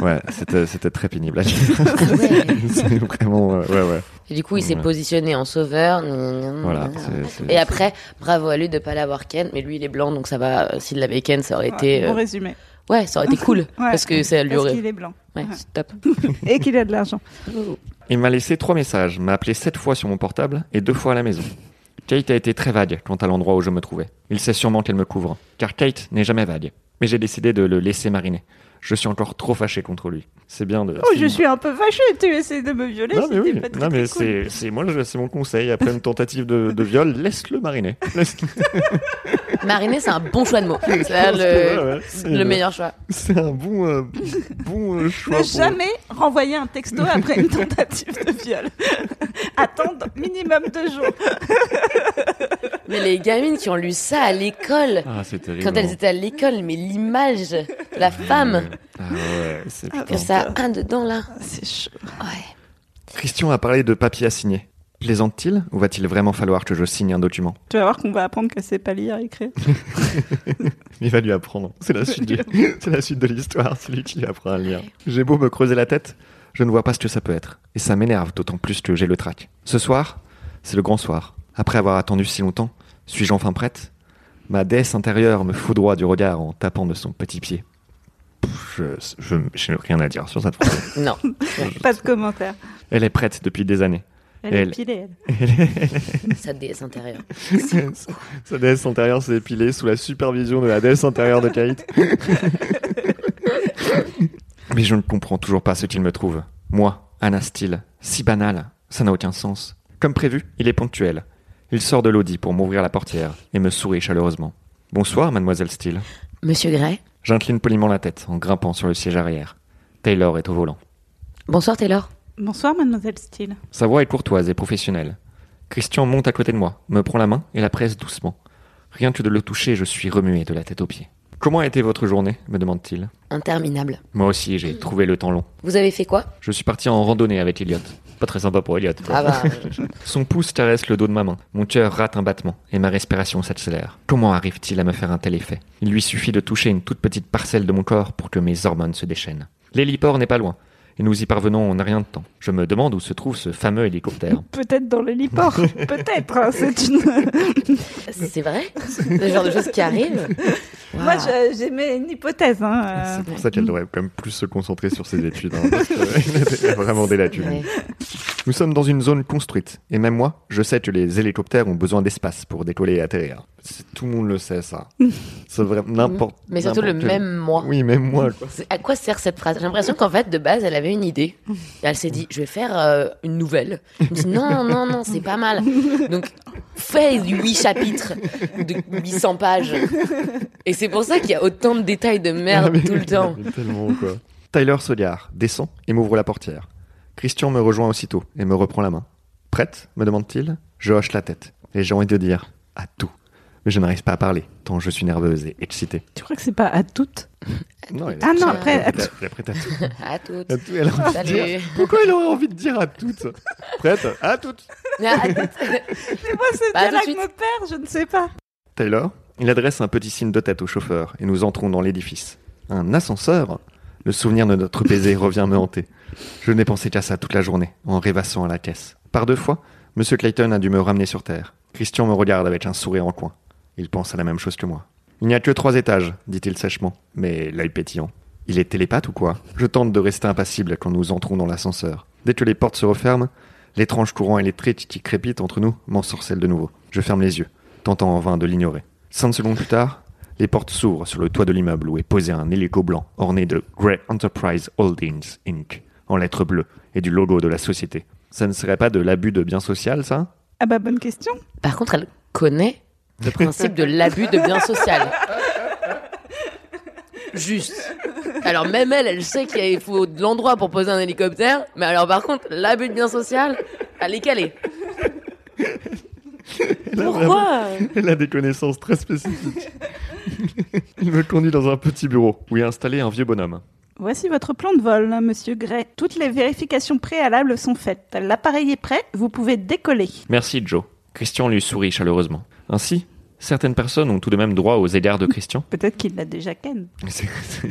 S6: Ouais, c'était c'était très pénible. à dire.
S5: ouais.
S6: C'est vraiment, euh, ouais, ouais.
S5: Et du coup, il s'est
S6: Ouais.
S5: positionné en sauveur. Gnagnagna.
S2: Oh
S6: Voilà. c'est- c'est-
S5: Et après, bravo à lui de pas l'avoir Ken, mais lui il est blanc donc ça va. euh, S'il l'avait Ken, ça aurait été.
S2: Bon
S5: euh,
S2: résumé.
S5: Ouais, ça aurait été cool. Parce que ça lui
S2: Parce
S5: aurait.
S2: qu'il est blanc.
S5: Ouais, c'est top.
S2: Et qu'il a de l'argent.
S6: Il m'a laissé trois messages, m'a appelé sept fois sur mon portable et deux fois à la maison. Kate a été très vague quant à l'endroit où je me trouvais. Il sait sûrement qu'elle me couvre, car Kate n'est jamais vague. Mais j'ai décidé de le laisser mariner. Je suis encore trop fâché contre lui. C'est bien de.
S2: Oh, je suis un peu fâchée, tu essayes de me violer.
S6: Non mais
S2: c'était
S6: oui,
S2: pas très,
S6: non mais
S2: très cool.
S6: c'est c'est- moi je- c'est mon conseil après une tentative de, de viol, laisse-le mariner. Laisse-
S5: Mariner, c'est un bon choix de mots. C'est là,
S6: pense que, ouais,
S5: Ah, le,
S6: ouais, c'est-
S5: le meilleur choix.
S6: C'est un bon euh, bon euh, choix.
S2: Ne
S6: pour-
S2: jamais renvoyer un texto après une tentative de viol. Attendre minimum deux jours.
S5: Mais les gamines qui ont lu ça à l'école,
S6: Ah c'est terrible.
S5: quand elles étaient à l'école, mais l'image de la femme
S6: Ah ouais, c'est
S5: que
S6: putain.
S5: ça a un dedans là.
S2: C'est chaud.
S5: Ouais.
S6: Christian a parlé de papier à signer. Plaisante-t-il ou va-t-il vraiment falloir que je signe un document
S2: Tu vas voir qu'on va apprendre que c'est pas lire écrire.
S6: Il va lui apprendre. C'est la suite, du- c'est la suite de l'histoire. C'est lui qui lui apprend à lire. J'ai beau me creuser la tête, je ne vois pas ce que ça peut être. Et ça m'énerve d'autant plus que j'ai le trac. Ce soir, c'est le grand soir. Après avoir attendu si longtemps, suis-je enfin prête Ma déesse intérieure me foudroie du regard en tapant de son petit pied. Pff, Je, je, je n'ai rien à dire sur cette phrase.
S5: Non.
S2: Pas de commentaire.
S6: Elle est prête depuis des années.
S2: Elle est
S6: Elle.
S2: pilée, elle.
S5: Sa déesse intérieure.
S6: Sa déesse intérieure s'est épilée sous la supervision de la déesse intérieure de Kate. Mais je ne comprends toujours pas ce qu'il me trouve. Moi, Anna Steele, si banal, ça n'a aucun sens. Comme prévu, il est ponctuel. Il sort de l'audi pour m'ouvrir la portière et me sourit chaleureusement. Bonsoir, mademoiselle Steele.
S5: Monsieur Gray.
S6: J'incline poliment la tête en grimpant sur le siège arrière. Taylor est au volant.
S5: Bonsoir Taylor.
S2: Bonsoir, mademoiselle Steele.
S6: Sa voix est courtoise et professionnelle. Christian monte à côté de moi, me prend la main et la presse doucement. Rien que de le toucher, je suis remué de la tête aux pieds. Comment a été votre journée me demande-t-il.
S5: Interminable.
S6: Moi aussi, j'ai trouvé le temps long.
S5: Vous avez fait quoi
S6: Je suis parti en randonnée avec Elliot. Pas très sympa pour Elliot. quoi.
S5: Ah bah,
S6: Son pouce caresse le dos de ma main. Mon cœur rate un battement et ma respiration s'accélère. Comment arrive-t-il à me faire un tel effet Il lui suffit de toucher une toute petite parcelle de mon corps pour que mes hormones se déchaînent. L'héliport n'est pas loin et nous y parvenons en un rien de temps. Je me demande où se trouve ce fameux hélicoptère.
S2: Peut-être dans l'héliport. Peut-être. hein, C'est une.
S5: c'est vrai Le genre de choses qui arrivent Waouh.
S2: Moi, je- j'aimais une hypothèse. hein, euh.
S3: C'est pour ça qu'elle devrait quand même plus se concentrer sur ses études. hein, parce qu'elle a vraiment des lacunes.
S5: Ouais.
S6: Nous sommes dans une zone construite, et même moi, je sais que les hélicoptères ont besoin d'espace pour décoller et atterrir. C'est- Tout le monde le sait, ça. C'est vraiment n'importe.
S5: Mais surtout le
S6: n'importe quel-
S5: même moi.
S6: Oui, même moi. quoi.
S5: C'est- À quoi sert cette phrase J'ai l'impression qu'en fait, de base, elle avait une idée. Et elle s'est dit, je vais faire euh, une nouvelle. Elle me dit, non, non, non, c'est pas mal. Donc, fais huit chapitres de 800 pages. Et c'est pour ça qu'il y a autant de détails de
S6: Ah,
S5: merde tout le temps.
S3: Mais Tellement, quoi.
S6: Tyler Sodiard descend et m'ouvre la portière. Christian me rejoint aussitôt et me reprend la main. Prête me demande-t-il. Je hoche la tête, et j'ai envie de dire à tout. Mais je n'arrive pas à parler, tant je suis nerveuse et excitée.
S2: Tu crois que c'est pas à toutes
S6: Non, elle est
S2: Ah non,
S6: prête,
S2: après,
S6: elle est
S2: à
S6: prête, elle est prête à tout.
S5: À toutes.
S6: À tout, elle a envie de dire-
S5: Salut.
S6: Pourquoi elle aurait envie de dire à toutes Prête À toutes
S5: À toutes.
S2: Mais moi, ce
S5: Bah, tout de
S2: dialogue
S5: suite.
S2: me perd, je ne sais pas.
S6: Taylor, il adresse un petit signe de tête au chauffeur et nous entrons dans l'édifice. Un ascenseur Le souvenir de notre baiser revient me hanter. Je n'ai pensé qu'à ça toute la journée, en rêvassant à la caisse. Par deux fois, Monsieur Clayton a dû me ramener sur terre. Christian me regarde avec un sourire en coin. Il pense à la même chose que moi. Il n'y a que trois étages, dit-il sèchement, mais l'œil pétillant. Il est télépathe ou quoi Je tente de rester impassible quand nous entrons dans l'ascenseur. Dès que les portes se referment, l'étrange courant électrique qui crépite entre nous m'ensorcelle de nouveau. Je ferme les yeux, tentant en vain de l'ignorer. Cinq secondes plus tard, les portes s'ouvrent sur le toit de l'immeuble où est posé un hélico blanc orné de Grey Enterprise Holdings Inc. en lettres bleues et du logo de la société. Ça ne serait pas de l'abus de bien social, ça
S2: Ah bah, bonne question.
S5: Par contre, elle connaît le principe de l'abus de bien social. Juste. Alors même elle, elle sait qu'il y a- il faut de l'endroit pour poser un hélicoptère, mais alors par contre, l'abus de bien social, elle est calée. Pourquoi
S6: Elle a des connaissances très spécifiques. Il me conduit dans un petit bureau où est installé un vieux bonhomme.
S2: Voici votre plan de vol, hein, monsieur Gray. Toutes les vérifications préalables sont faites. L'appareil est prêt, vous pouvez décoller.
S6: Merci, Joe. Christian lui sourit chaleureusement. Ainsi, certaines personnes ont tout de même droit aux égards de Christian.
S2: Peut-être qu'il l'a déjà ken.
S6: Mais C'est c'est-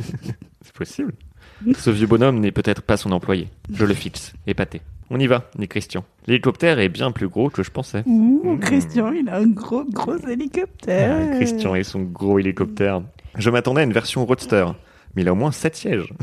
S6: c'est possible. Ce vieux bonhomme n'est peut-être pas son employé. Je le fixe, épaté. On y va, dit Christian. L'hélicoptère est bien plus gros que je pensais.
S2: Ouh,
S6: Mmh.
S2: Christian, il a un gros, gros hélicoptère.
S6: Ah, Christian et son gros hélicoptère. Je m'attendais à une version roadster, mais il a au moins 7 sièges.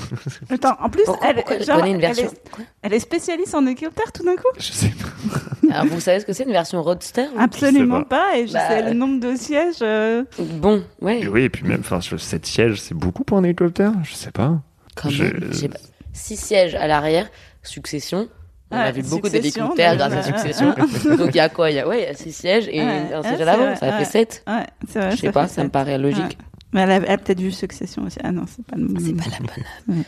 S2: Attends, en plus,
S5: Pourquoi,
S2: elle,
S5: pourquoi elle
S2: genre,
S5: connaît une version
S2: elle est, elle est spécialiste en hélicoptère tout d'un coup
S6: Je sais pas.
S5: Alors vous savez ce que c'est une version roadster
S2: Ah.
S5: vous
S2: Absolument pas. Et je
S5: Bah,
S2: sais le nombre de sièges. euh,
S5: Bon, ouais.
S6: Et oui, et puis même, enfin, 7 sièges, c'est beaucoup pour un hélicoptère Je sais pas.
S5: Quand
S6: je-
S5: même, je sais pas. Six sièges à l'arrière, succession. On
S2: Ouais,
S5: a vu beaucoup
S2: Succession,
S5: d'hélicoptères
S2: donc,
S5: grâce à
S2: euh,
S5: Succession. Donc il y a quoi Il y a, ouais, il y a six sièges et
S2: Ouais,
S5: un
S2: ouais,
S5: siège
S2: c'est
S5: à l'avant,
S2: vrai,
S5: ça fait
S2: ouais.
S5: sept.
S2: Ouais, c'est vrai.
S5: Je sais pas, ça me
S2: fait
S5: paraît logique.
S2: Mais elle a, elle a peut-être vu Succession aussi. Ah non, c'est pas le même.
S5: C'est pas la bonne.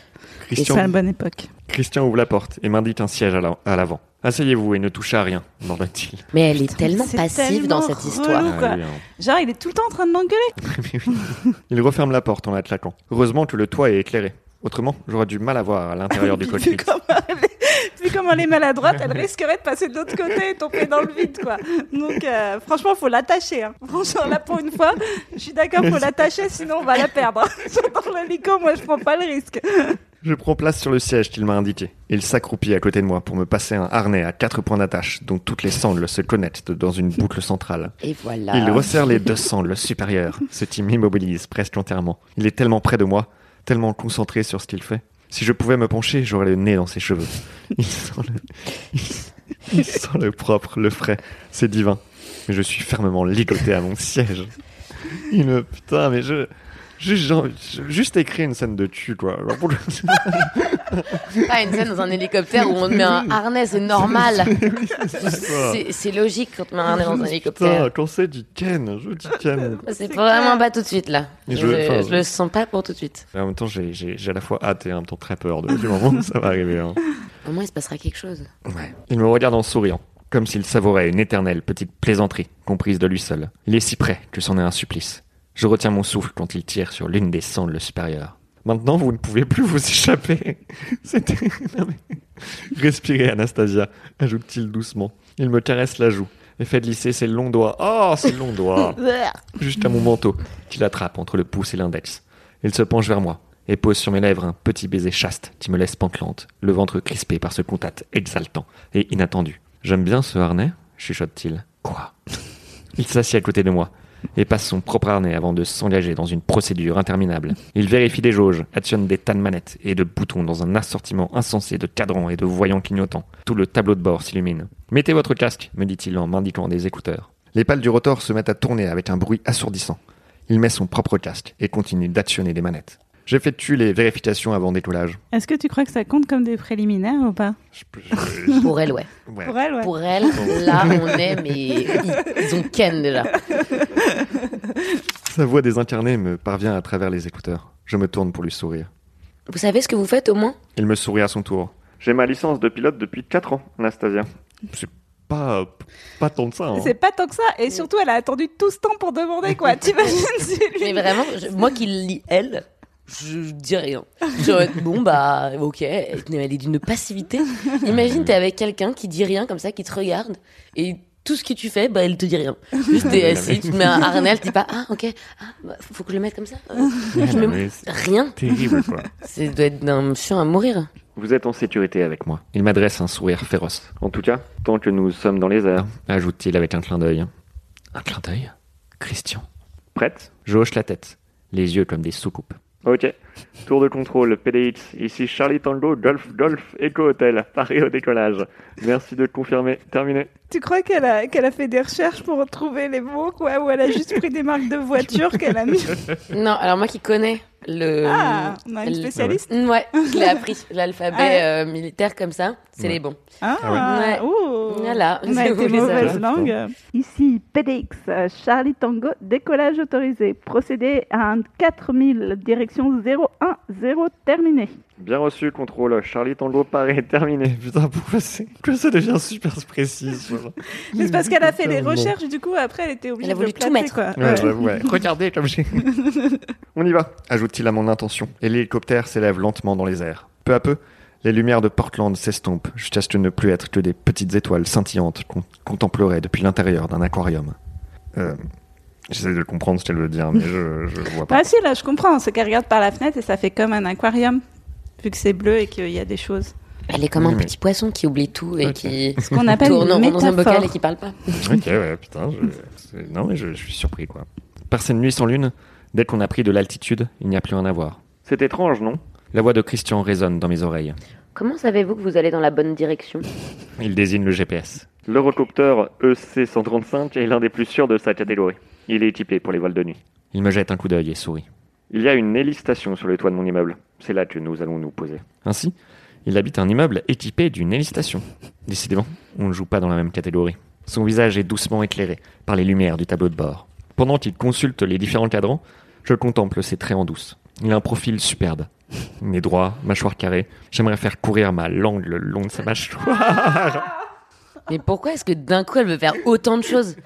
S2: C'est pas la bonne époque.
S6: Christian ouvre la porte et m'indique un siège à la- à l'avant. Asseyez-vous et ne touchez à rien, manda-t-il.
S5: Mais elle est
S2: Putain,
S5: tellement
S2: c'est
S5: passive dans
S2: tellement
S5: cette histoire.
S2: relou. Ah quoi. oui, Genre, il est tout le temps en train de m'engueuler.
S6: hein. Il referme la porte en la claquant. Heureusement que le toit est éclairé. Autrement, j'aurais du mal à voir à l'intérieur du
S2: Puis
S6: cockpit.
S2: Vu comment, elle est, vu comment elle est maladroite, elle risquerait de passer de l'autre côté et tomber dans le vide, quoi. Donc, euh, franchement, faut l'attacher. Hein. Franchement, là, pour une fois, je suis d'accord, faut l'attacher, sinon on va la perdre. hein. dans l'hélico, moi, je prends pas le risque.
S6: Je prends place sur le siège qu'il m'a indiqué. Il s'accroupit à côté de moi pour me passer un harnais à quatre points d'attache dont toutes les sangles se connectent dans une boucle centrale.
S5: Et voilà.
S6: Il resserre les deux sangles supérieures, ce qui m'immobilise presque entièrement. Il est tellement près de moi, tellement concentré sur ce qu'il fait. Si je pouvais me pencher, j'aurais le nez dans ses cheveux. Il sent le, il sent le propre, le frais. C'est divin. Mais je suis fermement ligoté à mon siège. Il me... Putain, mais je... Juste, genre- juste écrire une scène de cul, quoi. Genre, pour le-
S5: Pas une scène dans un hélicoptère où on te met un harnais, c'est normal.
S6: quoi.
S5: C'est- C'est logique quand on met un harnais dans un
S6: Putain,
S5: hélicoptère.
S6: quand c'est du Ken, je veux du Ken.
S5: C'est
S2: C'est
S5: vraiment
S2: clair.
S5: pas tout de suite là.
S6: Je-
S5: Je,
S6: enfin,
S5: je le sens pas pour tout de suite.
S6: En même temps, j'ai- j'ai j'ai à la fois hâte et en même temps très peur de du moment où ça va arriver. hein.
S5: Au moins il se passera quelque chose.
S6: Il me regarde en souriant, comme s'il savourait une éternelle petite plaisanterie, comprise de lui seul. Il est si près que c'en est un supplice. Je retiens mon souffle quand il tire sur l'une des sangles supérieures. Maintenant, vous ne pouvez plus vous échapper. C'était. Non, mais- Respirez, Anastasia, ajoute-t-il doucement. Il me caresse la joue et fait glisser ses longs doigts. Oh, ses longs doigts Juste à mon manteau, qu'il attrape entre le pouce et l'index. Il se penche vers moi et pose sur mes lèvres un petit baiser chaste qui me laisse pantelante, le ventre crispé par ce contact exaltant et inattendu. J'aime bien ce harnais chuchote-t-il. Quoi Il s'assied à côté de moi et passe son propre harnais avant de s'engager dans une procédure interminable. Il vérifie des jauges, actionne des tas de manettes et de boutons dans un assortiment insensé de cadrans et de voyants clignotants. Tout le tableau de bord s'illumine. Mettez votre casque, me dit-il en m'indiquant des écouteurs. Les pales du rotor se mettent à tourner avec un bruit assourdissant. Il met son propre casque et continue d'actionner des manettes. J'effectue les vérifications avant décollage.
S2: Est-ce que tu crois que ça compte comme des préliminaires ou pas
S6: Je- je-
S5: Pour elle, ouais.
S6: je- ouais.
S2: Pour elle, ouais.
S5: Pour elle, là, on est, mais ils, ils ont Ken déjà.
S6: Sa voix désincarnée me parvient à travers les écouteurs. Je me tourne pour lui sourire.
S5: Vous savez ce que vous faites au moins
S6: Il me sourit à son tour. J'ai ma licence de pilote depuis 4 ans, Anastasia. C'est pas, pas tant de ça. hein.
S2: C'est pas tant que ça. Et surtout, elle a attendu tout ce temps pour demander, quoi. T'imagines si lui-
S5: Mais vraiment, je- moi qui le lis, elle, je dis rien. J'aurais dit, bon, bah, ok, elle est d'une passivité. Imagine, t'es avec quelqu'un qui dit rien comme ça, qui te regarde, et tout ce que tu fais, bah, elle te dit rien. Juste t'es assis, tu te mets un harnais, elle te dit pas, ah, ok, ah, bah, faut que je le mette comme ça. Euh, je me-
S6: Mais c'est
S5: Rien.
S6: terrible, quoi.
S5: Ça doit être d'un chien à mourir.
S6: Vous êtes en sécurité avec moi. Il m'adresse un sourire féroce. En tout cas, tant que nous sommes dans les airs, ajoute-t-il avec un clin d'œil. Un clin d'œil Christian. Prête Je hoche la tête, les yeux comme des soucoupes. Ok. Tour de contrôle, PDX. Ici Charlie Tango, Golf, Golf, Eco Hotel, Paris au décollage. Merci de confirmer. Terminé.
S2: Tu crois qu'elle a, qu'elle a fait des recherches pour trouver les mots, quoi Ou elle a juste pris des marques de voitures qu'elle a mis
S5: Non, alors moi qui connais le.
S2: Ah, on a une
S5: le-
S2: spécialiste
S5: Ouais, je l'ai appris, l'alphabet
S2: Ah ouais.
S5: euh, militaire comme ça, c'est
S6: Ouais.
S5: les bons.
S2: Ah,
S5: ouais.
S2: ouh.
S5: Voilà,
S2: Oh. On a
S5: vous
S2: été
S5: les avez.
S2: mauvaise langue.
S4: Ici PDX, euh, Charlie Tango, décollage autorisé. Procédez à un 4000, direction 010, terminé.
S6: Bien reçu, contrôle. Charlie Tango, Paris, terminé. Putain, pourquoi c'est. Pourquoi ça devient super précis ce genre
S2: Mais c'est parce qu'elle a fait les
S6: Tellement.
S2: recherches, du coup, après, elle était obligée
S5: Elle a voulu
S2: de placer,
S5: tout mettre.
S2: quoi.
S6: Ouais, j'avoue, ouais. Regardez comme j'ai. On y va, ajoute-t-il à mon intention, et l'hélicoptère s'élève lentement dans les airs. Peu à peu, les lumières de Portland s'estompent jusqu'à ce que ne plus être que des petites étoiles scintillantes qu'on contemplerait depuis l'intérieur d'un aquarium. Euh, J'essaie de comprendre ce qu'elle veut dire, mais je, je vois pas.
S2: Ah si, là, je comprends. C'est qu'elle regarde par la fenêtre et ça fait comme un aquarium, vu que c'est bleu et qu'il y a des choses.
S5: Elle est comme un
S6: Oui, mais-
S5: petit poisson qui oublie tout et qui
S2: Ce qu'on appelle
S5: tourne
S2: une
S5: en- dans un bocal et
S2: métaphore.
S5: qui parle pas.
S6: ok, ouais, Ah, putain. je- c'est- Non, mais je, je suis surpris, quoi. Par cette nuit sans lune, dès qu'on a pris de l'altitude, il n'y a plus rien à voir. C'est étrange, non La voix de Christian résonne dans mes oreilles.
S5: Comment savez-vous que vous allez dans la bonne direction
S6: Il désigne le E GPS. L'Eurocopter EC-135 est l'un des plus sûrs de sa catégorie. Il est équipé pour les vols de nuit. Il me jette un coup d'œil et sourit. Il y a une hélice station sur le toit de mon immeuble. C'est là que nous allons nous poser. Ainsi, il habite un immeuble équipé d'une hélice station. Décidément, on ne joue pas dans la même catégorie. Son visage est doucement éclairé par les lumières du tableau de bord. Pendant qu'il consulte les différents cadrans, je contemple ses traits en douce. Il a un profil superbe. Nez droit, mâchoire carrée. J'aimerais faire courir ma langue le long de sa mâchoire.
S5: Mais pourquoi est-ce que d'un coup elle veut faire autant de choses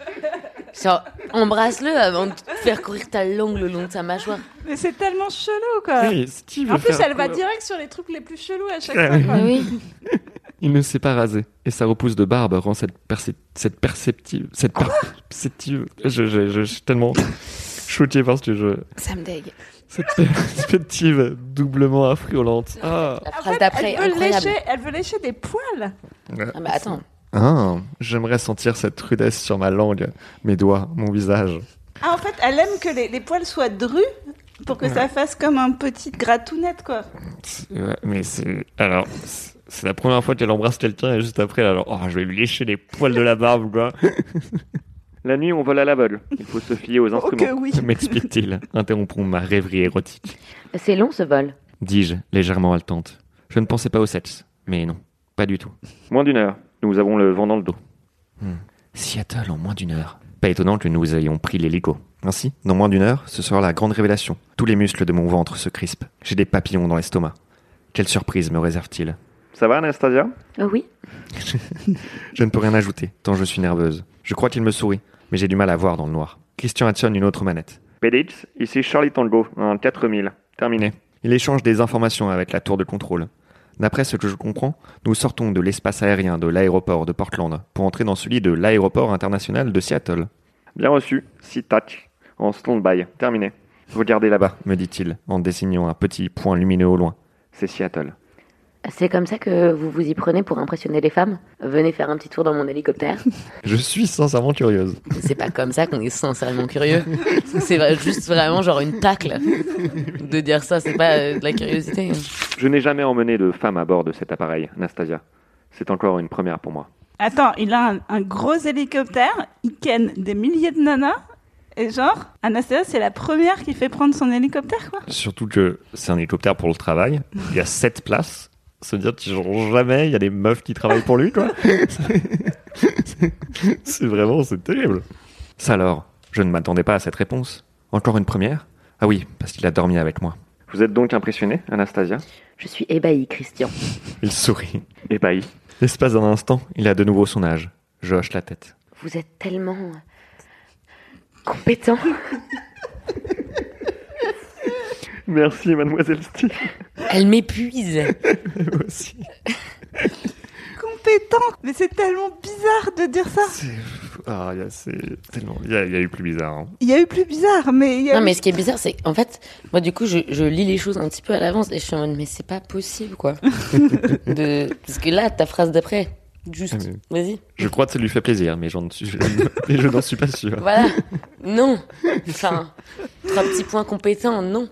S5: Genre, embrasse-le avant de faire courir ta langue le long de sa mâchoire.
S2: Mais c'est tellement chelou, quoi.
S6: Oui, Eh, Steve
S2: Ah. En plus,
S6: faire
S2: elle va
S6: quoi
S2: direct sur les trucs les plus chelous à chaque
S6: Ouais.
S2: fois. quoi.
S5: oui.
S6: Il ne s'est pas rasé, et sa repousse de barbe rend cette, percep- cette perceptive. Cette perceptive. Je, je- je suis tellement choqué parce que je.
S1: Ça me dégue.
S6: Cette perspective doublement affriolante. Ah,
S5: La
S2: Après,
S5: phrase d'après,
S2: elle, veut
S5: incroyable.
S2: lécher, elle veut lécher des poils.
S5: Ah, mais attends,
S6: J'aimerais sentir cette rudesse sur ma langue, mes doigts, mon visage.
S2: Ah, en fait, elle aime que les, les poils soient drus pour que ça fasse comme un petit gratounette, quoi.
S6: Ouais, mais c'est. Alors, c'est c'est la première fois qu'elle embrasse quelqu'un et juste après, elle alors, oh, je vais lui lécher les poils de la barbe, quoi. La nuit, on vole à l'aveugle. Il faut se fier aux
S2: Oh que oui.
S6: M'explique-t-il, interrompant ma rêverie érotique.
S5: c'est long ce vol.
S6: Dis-je, légèrement haletante. Je ne pensais pas au sexe, mais non, pas du tout. Moins d'une heure. Nous avons le vent dans le dos. Seattle en moins d'une heure. Pas étonnant que nous ayons pris l'hélico. Ainsi, dans moins d'une heure, ce sera la grande révélation. Tous les muscles de mon ventre se crispent. J'ai des papillons dans l'estomac. Quelle surprise me réserve-t-il Ça va, Anastasia
S1: Oh oui
S6: Je ne peux rien ajouter, tant je suis nerveuse. Je crois qu'il me sourit, mais j'ai du mal à voir dans le noir. Christian actionne une autre manette. Peditz, ici Charlie Tango, en 4000. Terminé. Il échange des informations avec la tour de contrôle. D'après ce que je comprends, nous sortons de l'espace aérien de l'aéroport de Portland pour entrer dans celui de l'aéroport international de Seattle. Bien reçu, Sitach, en stand-by. Terminé. Regardez là-bas, me dit-il, en désignant un petit point lumineux au loin. C'est Seattle.
S5: C'est comme ça que vous vous y prenez pour impressionner les femmes Venez faire un petit tour dans mon hélicoptère.
S6: Je suis sincèrement curieuse.
S5: C'est pas comme ça qu'on est sincèrement curieux. C'est vrai- juste vraiment genre une tacle de dire ça. C'est pas euh, de la curiosité.
S6: Je n'ai jamais emmené de femme à bord de cet appareil, Nastasia. C'est encore une première pour moi.
S2: Attends, il a un, un gros hélicoptère, il ken des milliers de nanas, et genre, Anastasia, c'est la première qui fait prendre son hélicoptère, quoi.
S6: Surtout que c'est un hélicoptère pour le travail. Il y a 7 places. Se dire, tu changes jamais, il y a des meufs qui travaillent pour lui, quoi. c'est vraiment, c'est terrible. Ça alors, je ne m'attendais pas à cette réponse. Encore une première Ah oui, parce qu'il a dormi avec moi. Vous êtes donc impressionné, Anastasia
S5: Je suis ébahi, Christian.
S6: Il sourit. Ébahi. L'espace d'un instant, il a de nouveau son âge. Je hoche la tête.
S5: Vous êtes tellement compétent.
S6: Merci, mademoiselle Steele.
S5: Elle m'épuise.
S6: aussi.
S2: Compétent Mais c'est tellement bizarre de dire ça
S6: C'est ah, il y a- c'est tellement. Il y, a il y a eu plus bizarre. hein.
S2: Il y a eu plus bizarre, mais il y a
S5: Non,
S2: eu-
S5: mais ce qui est bizarre, c'est qu'en fait, moi, du coup, je, je lis les choses un petit peu à l'avance et je suis en mode, mais c'est pas possible, quoi. De... Parce que là, ta phrase d'après,
S6: Ah,
S5: juste,
S6: mais-
S5: vas-y.
S6: Je crois que ça lui fait plaisir, mais j'en suis- mais je n'en suis pas sûr.
S5: Voilà. Non. Enfin, trois petits points compétents, non.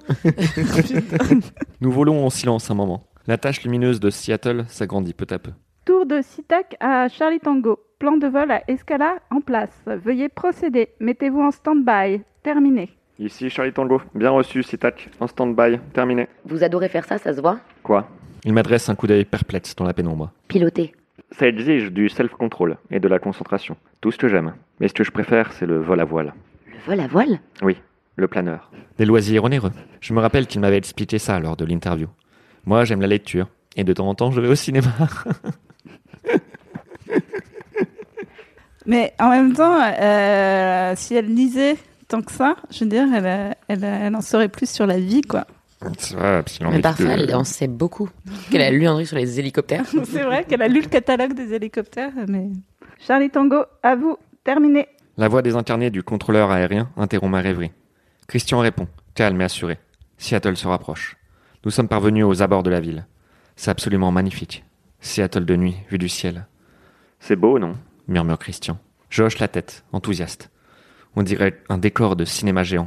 S6: Nous volons en silence un moment. La tache lumineuse de Seattle s'agrandit peu à peu.
S4: Tour de SITAC à Charlie Tango. Plan de vol à Escala en place. Veuillez procéder. Mettez-vous en stand-by. Terminé.
S6: Ici Charlie Tango, bien reçu, Sitac, en stand-by, terminé.
S5: Vous adorez faire ça, ça se voit.
S6: Quoi Il m'adresse un coup d'œil perplexe dans la pénombre.
S5: Piloter.
S6: Ça exige du self-control et de la concentration. Tout ce que j'aime. Mais ce que je préfère, c'est le vol à voile.
S5: Le vol à voile
S6: Oui, le planeur. Des loisirs onéreux. Je me rappelle qu'il m'avait expliqué ça lors de l'interview. Moi, j'aime la lecture. Et de temps en temps, je vais au cinéma.
S2: mais en même temps, euh, si elle lisait tant que ça, je veux dire, elle, euh, elle, euh, elle en saurait plus sur la vie, quoi.
S6: Ah,
S5: Mais parfois, elle en sait beaucoup. Qu'elle a lu un truc sur les hélicoptères.
S2: c'est vrai qu'elle a lu le catalogue des hélicoptères, mais...
S4: Charlie Tango, à vous. Terminé.
S6: La voix désincarnée du contrôleur aérien interrompt ma rêverie. Christian répond, calme et assuré. Seattle se rapproche. Nous sommes parvenus aux abords de la ville. C'est absolument magnifique. Seattle de nuit, vu du ciel. C'est beau, non murmure Christian. Je hoche la tête, enthousiaste. On dirait un décor de cinéma géant.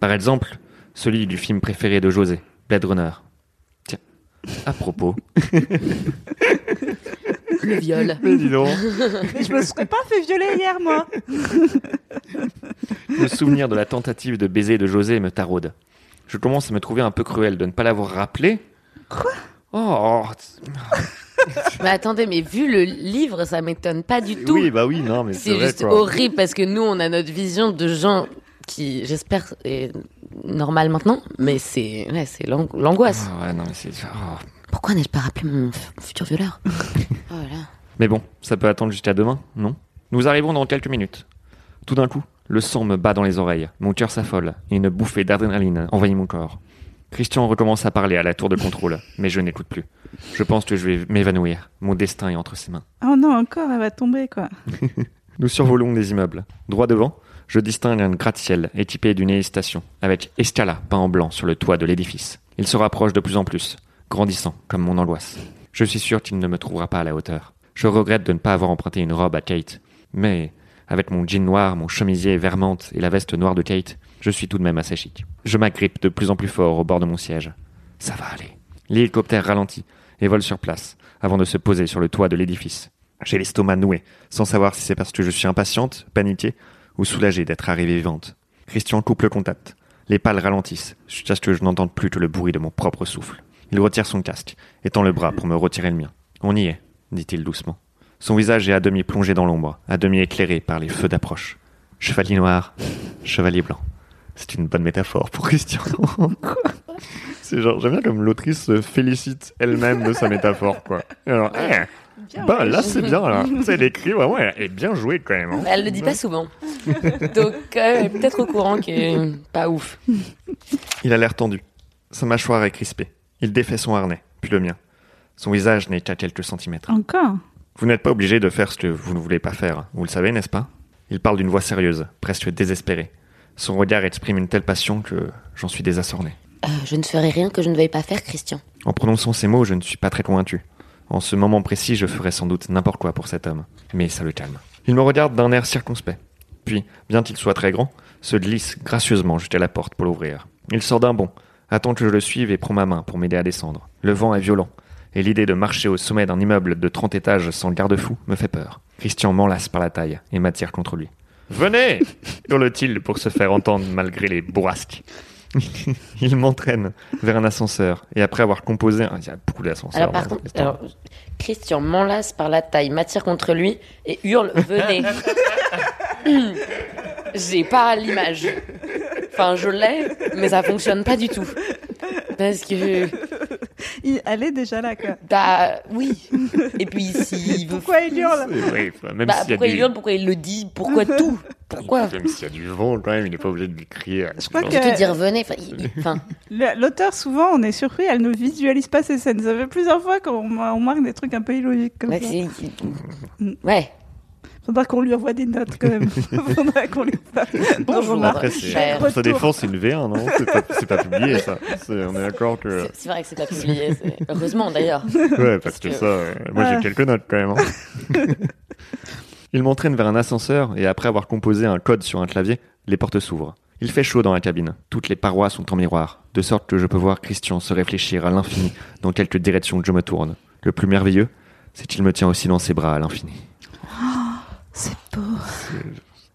S6: Par exemple, celui du film préféré de José, Blade Runner. Tiens, à propos.
S5: Le viol.
S6: Mais dis donc
S2: mais je me serais pas fait violer hier, moi
S6: Le souvenir de la tentative de baiser de José me taraude. Je commence à me trouver un peu cruel de ne pas l'avoir rappelé. Quoi Oh t-
S5: Mais attendez, mais vu le livre, ça m'étonne pas du tout.
S6: Oui, bah oui, non, mais c'est
S5: C'est
S6: vrai
S5: juste
S6: quoi.
S5: horrible parce que nous, on a notre vision de gens qui, j'espère, est normale maintenant, mais c'est ouais, c'est l'ang- l'angoisse.
S6: Ah ouais, non, mais, c'est- oh.
S5: Pourquoi n'ai-je pas rappelé mon f- futur violeur Oh là.
S6: Mais bon, ça peut attendre jusqu'à demain, non Nous arrivons dans quelques minutes. Tout d'un coup, le sang me bat dans les oreilles, mon cœur s'affole, et une bouffée d'adrénaline envahit mon corps. Christian recommence à parler à la tour de contrôle, mais je n'écoute plus. Je pense que je vais m'évanouir. Mon destin est entre ses mains.
S2: Oh non, encore, elle va tomber, quoi.
S6: Nous survolons les immeubles. Droit devant, je distingue un gratte-ciel équipé d'une hélice-station, avec Escala peint en blanc sur le toit de l'édifice. Il se rapproche de plus en plus, grandissant comme mon angoisse. Je suis sûr qu'il ne me trouvera pas à la hauteur. Je regrette de ne pas avoir emprunté une robe à Kate. Mais, avec mon jean noir, mon chemisier vermante et la veste noire de Kate, je suis tout de même assez chic. Je m'agrippe de plus en plus fort au bord de mon siège. Ça va aller. L'hélicoptère ralentit et vole sur place, avant de se poser sur le toit de l'édifice. J'ai l'estomac noué, sans savoir si c'est parce que je suis impatiente, paniquée, ou soulagée d'être arrivée vivante. Christian coupe le contact. Les pales ralentissent, jusqu'à ce que je n'entende plus que le bruit de mon propre souffle. Il retire son casque, étend le bras pour me retirer le mien. On y est, dit-il doucement. Son visage est à demi plongé dans l'ombre, à demi éclairé par les feux d'approche. Chevalier noir, chevalier blanc. C'est une bonne métaphore pour Christian. C'est genre, j'aime bien comme l'autrice se félicite elle-même de sa métaphore, quoi. Et Alors, eh, bah, là, c'est bien, là. C'est décrit, vraiment, elle est bien jouée, quand même. hein.
S5: Bah, Elle le dit pas souvent. Donc, euh, elle est peut-être au courant que euh, pas ouf.
S6: Il a l'air tendu. Sa mâchoire est crispée. Il défait son harnais, puis le mien. Son visage n'est qu'à quelques centimètres.
S2: Encore
S6: Vous n'êtes pas obligé de faire ce que vous ne voulez pas faire, vous le savez, n'est-ce pas Il parle d'une voix sérieuse, presque désespérée. Son regard exprime une telle passion que j'en suis désassorné.
S5: Euh, je ne ferai rien que je ne veuille pas faire, Christian.
S6: En prononçant ces mots, je ne suis pas très convaincu. En ce moment précis, je ferais sans doute n'importe quoi pour cet homme, mais ça le calme. Il me regarde d'un air circonspect, puis, bien qu'il soit très grand, se glisse gracieusement jusqu'à la porte pour l'ouvrir. Il sort d'un bond, attend que je le suive et prend ma main pour m'aider à descendre. Le vent est violent, et l'idée de marcher au sommet d'un immeuble de 30 étages sans garde-fou me fait peur. Christian m'enlace par la taille et m'attire contre lui. Venez hurle-t-il pour se faire entendre malgré les bourrasques. Il m'entraîne vers un ascenseur et après avoir composé un... Il y a beaucoup d'ascenseurs.
S5: Alors, par
S6: dans
S5: contre,
S6: cette histoire.
S5: alors, Christian m'enlace par la taille, m'attire contre lui et hurle Venez J'ai pas l'image. Enfin, je l'ai, mais ça fonctionne pas du tout. Parce que.
S2: Il, Elle est déjà là, quoi.
S5: Bah, oui. Et puis, s'il veut.
S2: Pourquoi il hurle
S6: Oui, oui, enfin, même
S5: Bah,
S6: s'il y a
S5: pourquoi
S6: du-
S5: il hurle Pourquoi il le dit Pourquoi tout Pourquoi
S6: Même s'il y a du vent, quand même, il n'est pas obligé de lui crier.
S2: Je crois
S6: Genre,
S2: que-
S5: te dire venez Enfin, il- enfin,
S2: Le- L'auteur, souvent, on est surpris, elle ne visualise pas ses scènes. Ça fait plusieurs fois qu'on ma- on marque des trucs un peu illogiques comme
S5: ouais,
S2: ça. Mm.
S5: c'est- ouais.
S2: Faudra qu'on lui envoie des notes quand même. Faudra qu'on lui fasse.
S5: Bonjour,
S2: Faudra-
S6: Après, c'est...
S5: Cher.
S6: pour sa
S2: Retour.
S6: défense, c'est une V1, non c'est pas, c'est pas publié, ça. C'est- On est d'accord que...
S2: Euh.
S5: C'est- C'est vrai que c'est pas publié. c'est- Heureusement d'ailleurs.
S6: Ouais, parce que
S5: que-
S6: ça, euh, moi j'ai
S2: Ouais.
S6: quelques notes quand même. hein. il m'entraîne vers un ascenseur et après avoir composé un code sur un clavier, les portes s'ouvrent. Il fait chaud dans la cabine. Toutes les parois sont en miroir, de sorte que je peux voir Christian se réfléchir à l'infini dans quelque direction que je me tourne. Le plus merveilleux, c'est qu'il me tient aussi dans ses bras à l'infini.
S2: C'est beau.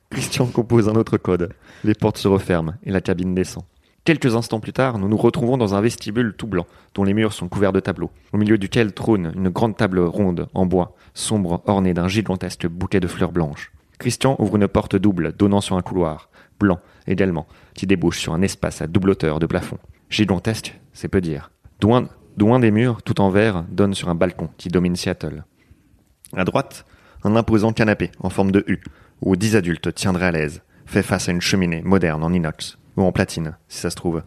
S6: Christian compose un autre code. Les portes se referment et la cabine descend. Quelques instants plus tard, nous nous retrouvons dans un vestibule tout blanc, dont les murs sont couverts de tableaux, au milieu duquel trône une grande table ronde en bois, sombre, ornée d'un gigantesque bouquet de fleurs blanches. Christian ouvre une porte double donnant sur un couloir, blanc également, qui débouche sur un espace à double hauteur de plafond. Gigantesque, c'est peu dire. Douin, douin des murs, tout en verre, donne sur un balcon qui domine Seattle. À droite, un imposant canapé en forme de U, où dix adultes tiendraient à l'aise, fait face à une cheminée moderne en inox, ou en platine, si ça se trouve,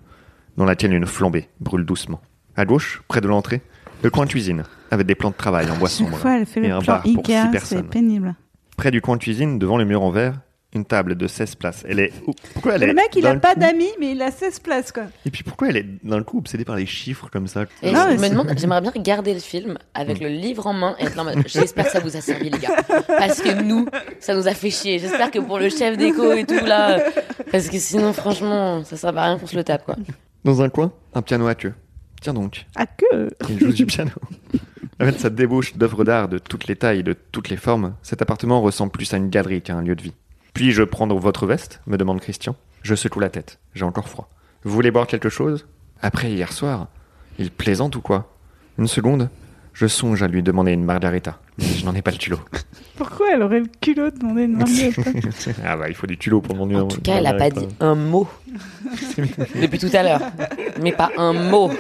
S6: dans laquelle une flambée brûle doucement. À gauche, près de l'entrée, le coin cuisine, avec des plans de travail en bois
S2: Chaque
S6: sombre.
S2: fois, elle fait
S6: et
S2: le
S6: un
S2: plan
S6: bar pour six
S2: Ikea, c'est
S6: personnes.
S2: pénible.
S6: Près du coin cuisine, devant le mur en verre, une table de 16 places. Elle est. Ouh, Pourquoi elle est
S2: Le mec, il
S6: d'un
S2: a pas
S6: coup-
S2: d'amis, mais il a 16 places, quoi.
S6: Et puis pourquoi elle est d'un coup obsédée par les chiffres comme ça
S5: Et
S2: Non,
S5: je me
S2: c'est- Mm.
S5: demande, j'aimerais bien regarder le film avec le livre en main et être là en mode, j'espère que ça vous a servi les gars. Parce que nous, ça nous a fait chier. J'espère que pour le chef d'écho et tout là, parce que sinon franchement, ça sert à rien qu'on se le tape
S2: Mm.
S5: quoi.
S6: Dans un coin, un piano à queue. Tiens donc,
S2: Ah que
S6: il joue du piano. Avec sa débauche d'œuvres d'art de toutes les tailles, de toutes les formes, cet appartement ressemble plus à une galerie qu'à un lieu de vie. Puis-je prendre votre veste me demande Christian. Je secoue la tête. J'ai encore froid. Vous voulez boire quelque chose Après hier soir Il plaisante ou quoi Une seconde Je songe à lui demander une margarita. Mais je n'en ai pas le culot.
S2: Pourquoi elle aurait le culot de demander une margarita
S6: ah bah, il faut du culot pour demander
S5: En
S6: une
S5: tout cas, elle a pas
S6: margarita.
S5: dit un mot depuis tout à l'heure, mais pas un mot.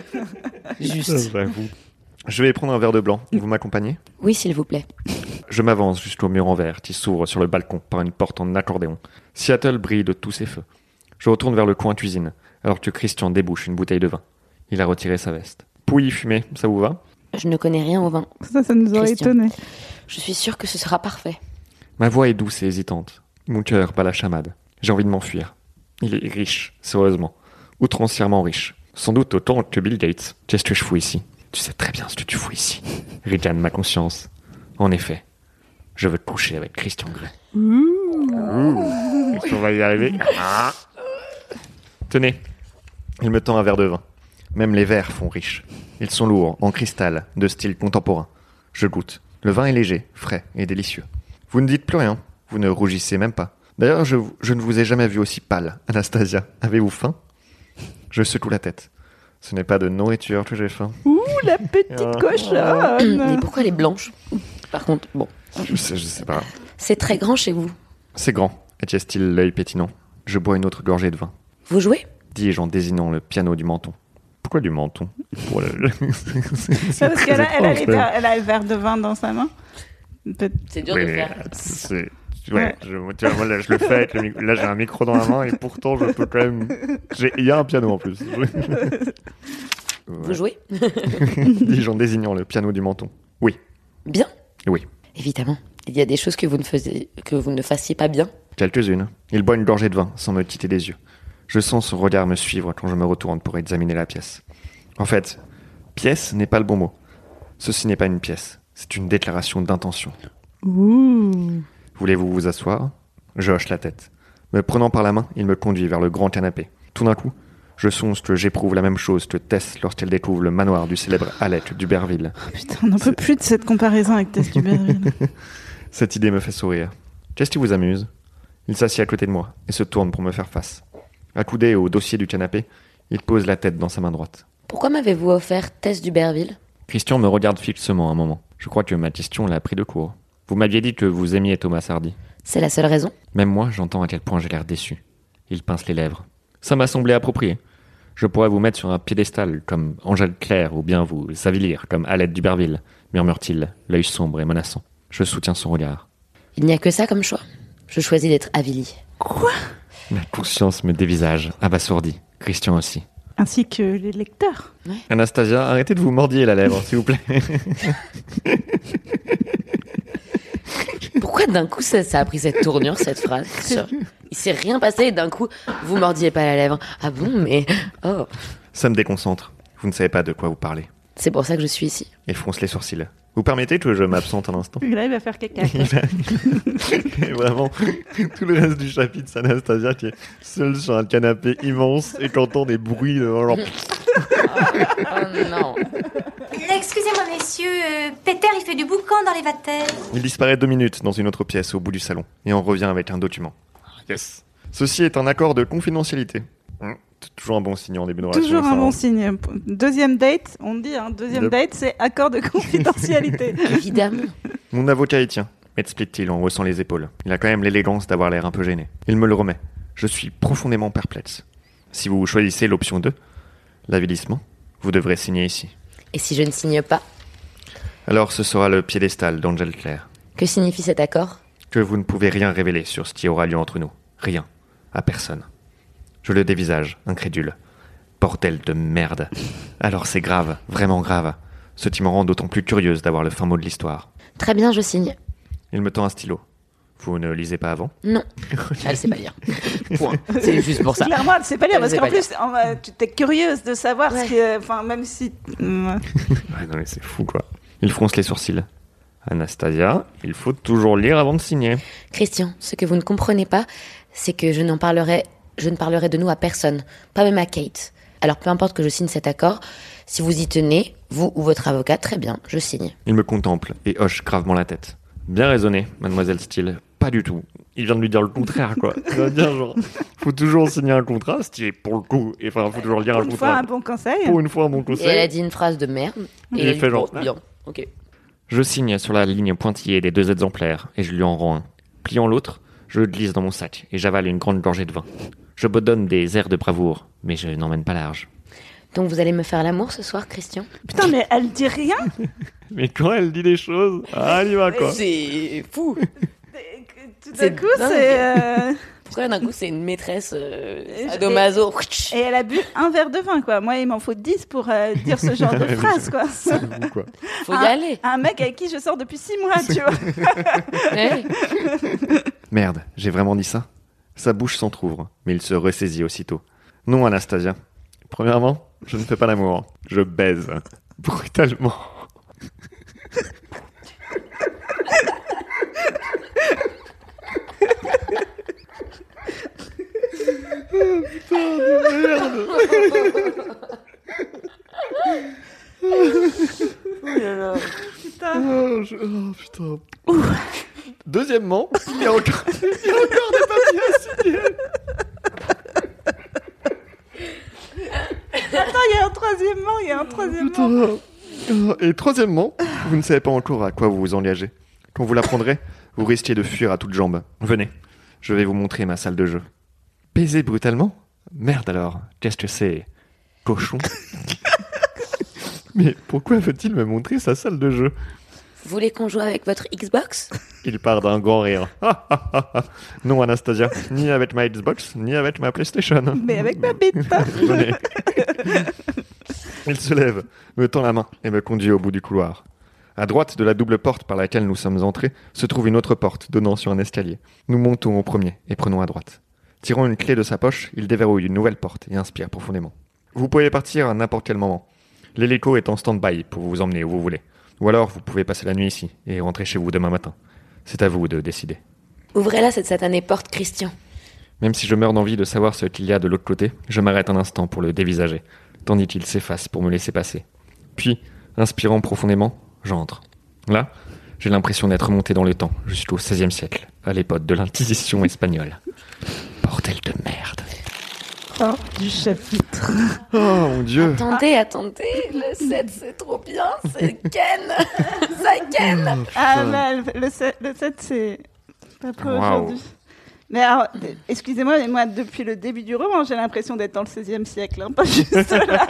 S5: Juste.
S6: Je vais prendre un verre de blanc. Vous m'accompagnez
S5: Oui, s'il vous plaît.
S6: Je m'avance jusqu'au mur en verre qui s'ouvre sur le balcon par une porte en accordéon. Seattle brille de tous ses feux. Je retourne vers le coin cuisine, alors que Christian débouche une bouteille de vin. Il a retiré sa veste. Pouilly fumée, ça vous va
S5: Je ne connais rien au vin.
S2: Ça, ça nous aurait
S5: Christian.
S2: étonné.
S5: Je suis sûre que ce sera parfait.
S6: Ma voix est douce et hésitante. Mon cœur bat la chamade. J'ai envie de m'enfuir. Il est riche, sérieusement. Outrancièrement riche. Sans doute autant que Bill Gates. Qu'est-ce que je fous ici Tu sais très bien ce que tu fous ici. Ricane ma conscience. En effet, je veux te coucher avec Christian Grey. Ouh. Est-ce qu'on va y arriver Ah. Tenez. Il me tend un verre de vin. Même les verres font riche. Ils sont lourds, en cristal, de style contemporain. Je goûte. Le vin est léger, frais et délicieux. Vous ne dites plus rien. Vous ne rougissez même pas. D'ailleurs, je, vous- je ne vous ai jamais vu aussi pâle, Anastasia. Avez-vous faim Je secoue la tête. Ce n'est pas de nourriture que j'ai faim.
S2: Ouh, la petite
S6: Ah.
S5: Mais
S2: cochonne
S5: pourquoi elle est blanche Par contre, bon,
S6: Je sais, je sais pas.
S5: c'est très grand chez vous.
S6: C'est grand, était-il l'œil pétinant. Je bois une autre gorgée de vin,
S5: Vous jouez
S6: dis-je en désignant le piano du menton. Pourquoi du menton Oh là là. C'est
S2: Ça, parce
S6: très
S2: qu'elle a, elle a, les
S6: étrange,
S2: verres- elle a le verre de vin dans sa main. Peut-
S5: C'est dur
S6: mais-
S5: de
S6: mais,
S5: faire.
S6: c'est- Ouais, je- tu vois, moi là, je le fais avec le micro. Là, j'ai un micro dans la main et pourtant, je peux quand même. j'ai- Il y a un piano en plus.
S5: Vous jouez
S6: dis-je en désignant le piano du menton. Oui,
S5: Bien
S6: Oui.
S5: Évidemment. Il y a des choses que vous ne, faisiez, que vous ne fassiez pas bien.
S6: quelques-unes. Il boit une gorgée de vin sans me quitter des yeux. Je sens son regard me suivre quand je me retourne pour examiner la pièce. En fait, pièce n'est pas le bon mot. Ceci n'est pas une pièce, c'est une déclaration d'intention. Voulez-vous vous asseoir Je hoche la tête. Me prenant par la main, il me conduit vers le grand canapé. Tout d'un coup, je songe que j'éprouve la même chose que Tess lorsqu'elle découvre le manoir du célèbre Alec d'Uberville.
S2: Oh, putain, on n'en peut plus de cette comparaison avec Tess Duberville.
S6: Cette idée me fait sourire. Qu'est-ce qui vous amuse Il s'assied à côté de moi et se tourne pour me faire face. Accoudé au dossier du canapé, il pose la tête dans sa main droite.
S5: Pourquoi m'avez-vous offert Tess Duberville
S6: Christian me regarde fixement un moment. Je crois que ma question l'a pris de court. Vous m'aviez dit que vous aimiez Thomas Hardy.
S5: C'est la seule raison
S6: Même moi, j'entends à quel point j'ai l'air déçu. Il pince les lèvres. Ça m'a semblé approprié. Je pourrais vous mettre sur un piédestal comme Angèle Claire ou bien vous savilir comme Alette Duberville, murmure-t-il, l'œil sombre et menaçant. Je soutiens son regard.
S5: Il n'y a que ça comme choix. Je choisis d'être avili.
S6: La conscience me dévisage, abasourdi. Christian aussi.
S2: Ainsi que les lecteurs.
S6: Anastasia, arrêtez de vous mordiller la lèvre, s'il vous plaît.
S5: Pourquoi d'un coup ça, ça a pris cette tournure, cette phrase Sur- Il s'est rien passé et d'un coup, vous mordiez pas la lèvre. Ah bon, mais... Oh,
S6: Ça me déconcentre. Vous ne savez pas de quoi vous parlez.
S5: c'est pour ça que je suis ici.
S6: Il fronce les sourcils. Vous permettez que je m'absente un instant
S2: Là, il va faire caca. quoi.
S6: Et Vraiment, tout le reste du chapitre, c'est Anastasia qui est seule sur un canapé immense et qui entend des bruits de... genre-
S5: Oh non
S7: Excusez-moi, messieurs, euh, Peter, il fait du boucan dans les vatères.
S6: Il disparaît deux minutes dans une autre pièce au bout du salon et en revient avec un document. Yes. Ceci est un accord de confidentialité. Hmm, c'est Toujours un bon signe en début de relation.
S2: Toujours un
S6: ça, hein.
S2: bon signe. Deuxième date, on dit, hein, deuxième
S6: Yep.
S2: date, c'est accord de confidentialité.
S5: Évidemment.
S6: Mon avocat y tient, m'explique-t-il en haussant les épaules. Il a quand même l'élégance d'avoir l'air un peu gêné. Il me le remet. Je suis profondément perplexe. Si vous choisissez l'option 2, l'avilissement, vous devrez signer ici.
S5: Et si je ne signe pas,
S6: Alors ce sera le piédestal d'Angel Claire.
S5: que signifie cet accord
S6: Que vous ne pouvez rien révéler sur ce qui aura lieu entre nous. Rien. À personne. Je le dévisage, incrédule. Bordel de merde. Alors c'est grave, vraiment grave. Ce qui me rend d'autant plus curieuse d'avoir le fin mot de l'histoire.
S5: Très bien, je signe.
S6: Il me tend un stylo. Vous ne lisez pas avant
S5: Non. Elle sait Ah, pas lire. Point. C'est juste pour ça.
S2: Clairement, elle sait pas lire,
S5: Elle
S2: parce
S5: sait
S2: qu'en
S5: pas lire.
S2: plus, on va- tu t'es curieuse de savoir
S5: Ouais.
S2: ce que. Enfin, même si. Hum,
S6: Ouais, non mais c'est fou quoi. Il fronce les sourcils. Anastasia, il faut toujours lire avant de signer.
S5: Christian, ce que vous ne comprenez pas, c'est que je n'en parlerai, je ne parlerai de nous à personne, pas même à Kate. Alors peu importe que je signe cet accord, si vous y tenez, vous ou votre avocat, très bien, je signe.
S6: Il me contemple et hoche gravement la tête. Bien raisonné, mademoiselle Steele. Pas du tout. Il vient de lui dire le contraire quoi. Il vient de dire genre, faut toujours signer un contrat, ce qui est pour le coup. Et enfin, faut toujours lire un
S2: une fois,
S6: contrat.
S2: un bon conseil.
S6: Pour une fois, un bon
S5: Et elle a
S6: conseil.
S5: dit une phrase de merde.
S6: Il
S5: elle a dit,
S6: fait genre, hein.
S5: bon, Bien, ok.
S6: Je signe sur la ligne pointillée des deux exemplaires et je lui en rends un. Pliant l'autre, je le glisse dans mon sac et j'avale une grande gorgée de vin. Je bedonne des airs de bravoure, mais je n'emmène pas large.
S5: Donc vous allez me faire l'amour ce soir, Christian
S2: Putain, mais elle dit rien.
S6: Mais quand elle dit des choses, ah, elle y va quoi.
S5: C'est fou.
S2: Tout d'un
S5: C'est
S2: coup,
S5: dingue.
S2: c'est. euh,
S5: Pourquoi d'un coup c'est une maîtresse
S2: Et-
S5: euh, sadomaso
S2: Et elle a bu un verre de vin, quoi. Moi, il m'en faut 10 pour euh, dire ce genre de phrase, quoi.
S6: Ou quoi.
S5: Faut y aller.
S2: Un mec avec qui je sors depuis 6 mois, tu vois.
S5: Ouais.
S6: Merde, j'ai vraiment dit ça Sa bouche s'entr'ouvre, mais il se ressaisit aussitôt. Non, Anastasia. Premièrement, je ne fais pas l'amour. Je baise. Brutalement.
S2: Putain.
S6: Oh, je- oh, putain. Deuxièmement, il y a encore, il y a encore des papiers à signer.
S2: Attends, il y a un troisième mot, il y a un troisième mot.
S6: Putain. Oh, Et troisièmement, vous ne savez pas encore à quoi vous vous engagez. Quand vous l'apprendrez, vous risquez de fuir à toutes jambes. Venez, je vais vous montrer ma salle de jeu. Baiser brutalement Merde alors, qu'est-ce que c'est Cochon Mais pourquoi veut-il me montrer sa salle de jeu
S5: Vous voulez qu'on joue avec votre Xbox
S6: Il part d'un grand rire. Ah, ah, ah, ah. non, Anastasia, ni avec ma Xbox, ni avec ma PlayStation.
S2: Mais avec ma bite hein.
S6: Venez. Il se lève, me tend la main et me conduit au bout du couloir. À droite de la double porte par laquelle nous sommes entrés se trouve une autre porte donnant sur un escalier. Nous montons au premier et prenons à droite. Tirant une clé de sa poche, il déverrouille une nouvelle porte et inspire profondément. Vous pouvez partir à n'importe quel moment. L'hélico est en stand-by pour vous emmener où vous voulez. Ou alors vous pouvez passer la nuit ici et rentrer chez vous demain matin. C'est à vous de décider.
S5: Ouvrez-la cette satanée porte, Christian.
S6: Même si je meurs d'envie de savoir ce qu'il y a de l'autre côté, je m'arrête un instant pour le dévisager, tandis qu'il s'efface pour me laisser passer. Puis, inspirant profondément, j'entre. Là, j'ai l'impression d'être monté dans le temps, jusqu'au XVIe siècle, à l'époque de l'Inquisition espagnole. Bordel de merde.
S2: du chapitre.
S6: Oh mon dieu
S5: Attendez, attendez, le 7 c'est trop bien, c'est Ken Ça Ken
S2: Ah, bah, le, le set, le set, c'est pas pour
S6: Waouh.
S2: aujourd'hui. Mais alors, d- excusez-moi, mais moi, depuis le début du roman, j'ai l'impression d'être dans le 16e siècle, hein, pas juste là.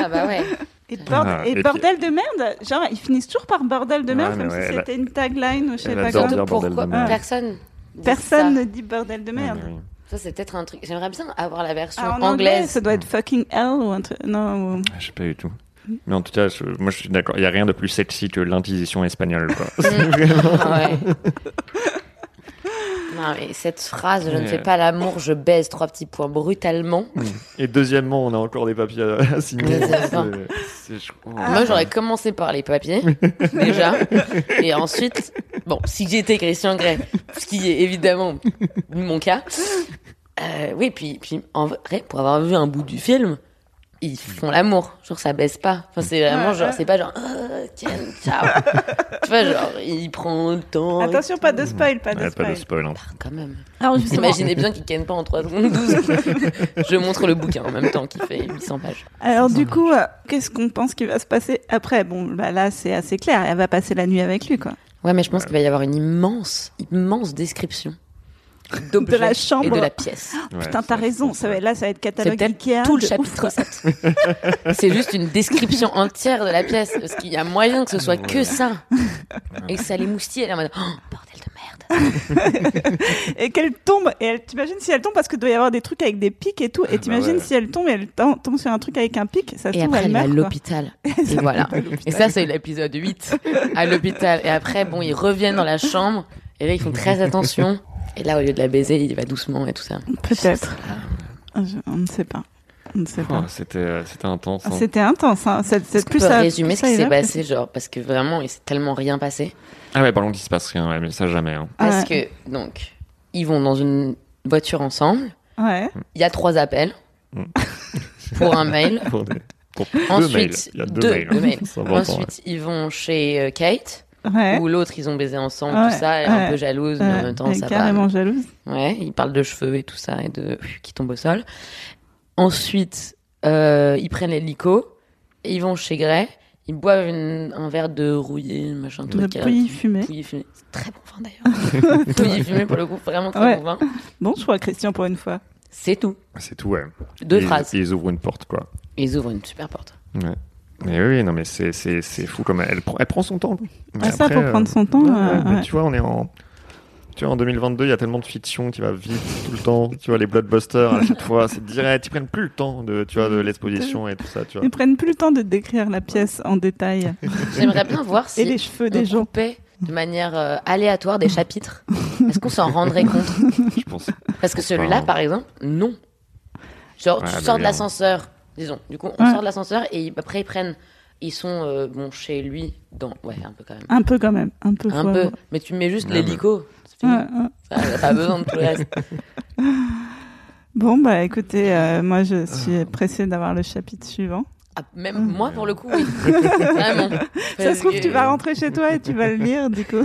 S5: Ah bah ouais.
S2: Et, bord-
S6: Ah,
S2: et
S6: et puis-
S2: bordel de merde, genre, ils finissent toujours par bordel de
S6: Ouais,
S2: merde,
S6: mais
S2: comme
S6: ouais,
S2: si
S6: elle-
S2: c'était une tagline ou je sais
S6: elle
S2: pas
S6: adore
S2: quoi.
S6: dire
S5: Donc
S6: Ah, bordel
S5: pourquoi
S6: de merde.
S5: personne dit
S2: Personne
S5: ça.
S2: ne dit bordel de Ah, merde.
S6: Ouais, ouais.
S5: Ça, c'est peut-être un truc. J'aimerais bien avoir la version
S2: Ah, en anglais,
S5: anglaise.
S2: ça doit être fucking hell ou un truc. Non, ou-
S6: Ah, Je sais pas du tout.
S2: Mm.
S6: Mais en tout cas, je- moi je suis d'accord, il n'y a rien de plus sexy que l'Inquisition espagnole. quoi. C'est vraiment-
S5: Ah ouais. Non, mais cette phrase, je ne
S6: Ouais.
S5: fais pas l'amour, je baise trois petits points brutalement.
S6: Et deuxièmement, on a encore des papiers à, à signer.
S5: Mais c'est
S6: C'est-
S5: ça.
S6: c'est- je- oh.
S2: Ah,
S5: Moi, j'aurais commencé par les papiers, déjà. Et ensuite, bon, si j'étais Christian Grey, ce qui est évidemment mon cas. euh, oui, puis, puis en vrai, pour avoir vu un bout du film, ils font l'amour. Genre, ça baisse pas. Enfin, c'est vraiment
S2: Ouais,
S5: genre,
S2: ouais.
S5: c'est pas genre, oh, tiens, ciao. tu vois, genre, il prend le temps. et
S2: Attention, pas de spoil, pas de
S6: Oh, Ouais,
S2: spoil.
S6: pas de spoil. hein.
S5: tout, Quand même.
S2: Alors,
S5: Vous
S2: justement,
S5: imaginez bien qu'il gagne pas en 3 secondes 12. Je montre le bouquin en même temps qui fait 800 pages.
S2: Alors du coup, euh, qu'est-ce qu'on pense qu'il va se passer après Bon, bah là, c'est assez clair. Elle va passer la nuit avec lui, quoi.
S5: Ouais, mais je pense qu'il va y avoir une immense, immense description
S2: De la
S5: et
S2: chambre.
S5: de la pièce.
S6: Ouais,
S2: Putain, t'as
S6: ça,
S2: raison.
S6: je
S2: Ça va, là, ça va être catalogue
S5: C'est
S2: Ikea.
S5: Tout le
S2: Ah, de ouf,
S5: chapitre
S2: quoi.
S5: 7. C'est juste une description entière de la pièce. Parce qu'il y a moyen que ce soit que ça. Et que ça les moustille. Elle est en mode, oh, bordel de merde.
S2: Et qu'elle tombe. Et elle, t'imagines si elle tombe parce que doit y avoir des trucs avec des pics et tout. Et t'imagines
S6: ouais.
S2: si elle tombe et elle tom- tombe sur un truc avec un pic, ça se
S5: Ah, bah
S2: trouve
S5: Et après,
S2: elle
S5: elle va à
S2: meurt. quoi.
S5: l'hôpital. Et voilà. Et ça, c'est l'épisode 8. À l'hôpital. Et après, bon, ils reviennent dans la chambre. Et là, ils font très attention. Et là, au lieu de la baiser, il va doucement et tout ça.
S2: Peut-être. Je- On ne sait pas. On ne sait
S6: Oh,
S2: pas.
S6: C'était euh, c'était intense.
S2: Ah,
S6: hein.
S2: C'était intense. Hein. C'est, c'est
S5: Est-ce qu'on
S2: plus
S5: peut
S2: ça.
S5: résumer
S2: plus
S5: ce
S2: ça
S5: qui s'est
S2: évoque.
S5: passé, genre, parce que vraiment, il s'est tellement rien passé.
S6: Ah ouais, pardon, qu'il se passe rien, ouais, mais ça jamais. hein.
S2: Ah
S5: Parce
S2: ouais.
S5: que, donc, ils vont dans une voiture ensemble.
S2: Ouais.
S5: Il y a trois appels
S6: Mm.
S5: pour un mail.
S6: Pour des- pour deux mails.
S5: Ensuite,
S6: Il y a deux,
S5: deux-
S6: mails. hein.
S5: deux mails.
S6: C'est important, ouais.
S5: Ensuite, ils vont chez euh, Kate,
S2: Ouais.
S5: où l'autre, ils ont baisé ensemble,
S2: Ouais,
S5: tout ça, et
S2: ouais.
S5: un peu jalouse, mais en même temps,
S2: elle est
S5: ça va.
S2: carrément jalouse.
S5: Ouais, ils parlent de cheveux et tout ça, et de qui tombe au sol. Ensuite, euh, ils prennent l'hélico, ils vont chez Grey, ils boivent une- un verre de rouillé, machin, tout
S2: Le
S5: qui a-
S2: pouilly fumé.
S5: Pouilly fumé. C'est très bon vin d'ailleurs. Pouilly fumé pour le coup, vraiment très
S2: Ouais.
S5: bon vin.
S2: Bon choix, Christian, pour une fois.
S5: C'est tout.
S6: C'est tout, ouais.
S5: Deux
S6: ils,
S5: phrases.
S6: Ils ouvrent une porte, quoi.
S5: Ils ouvrent une super porte.
S6: Ouais. Mais oui, oui, non, mais c'est- c'est c'est fou comme elle, prend- elle prend son temps. Mais
S2: Ah, ça,
S6: après,
S2: pour
S6: euh,
S2: prendre son temps.
S6: ouais,
S2: euh,
S6: mais
S2: ouais.
S6: Tu vois, on est en. Tu vois, en 2022, il y a tellement de fiction qui va vite tout le temps. Tu vois, les blockbusters, à chaque fois, c'est direct. Ils prennent plus le temps de, tu vois, de l'exposition et tout ça, tu vois.
S2: Ils prennent plus le temps de décrire la pièce en détail
S5: J'aimerais bien voir si
S2: et les cheveux
S5: on
S2: des gens.
S5: coupait de manière euh, aléatoire des chapitres. Est-ce qu'on s'en rendrait compte
S6: Je pense.
S5: Parce que celui-là,
S6: Enfin.
S5: par exemple, non. Genre,
S6: hein Ouais,
S5: tu
S6: bah
S5: sors de
S6: bien.
S5: l'ascenseur, disons. Du coup, on
S2: Ouais.
S5: sort de l'ascenseur et ils- après, ils prennent. Ils sont euh, bon, chez lui, dans. Ouais, un peu quand même.
S2: Un peu quand même, un peu.
S5: Un
S2: faut
S5: peu.
S2: avoir-
S5: Mais tu mets juste
S6: Ouais,
S5: l'hélico. C'est fini.
S2: Ouais, ouais.
S5: Ça, elle a pas besoin de tout le reste.
S2: Bon bah écoutez, euh, moi je suis pressée d'avoir le chapitre suivant.
S5: Ah, même moi, pour le coup, oui. Vraiment.
S2: Ça
S5: Parce
S2: se trouve
S5: que
S2: tu vas rentrer chez toi et tu vas le lire du coup.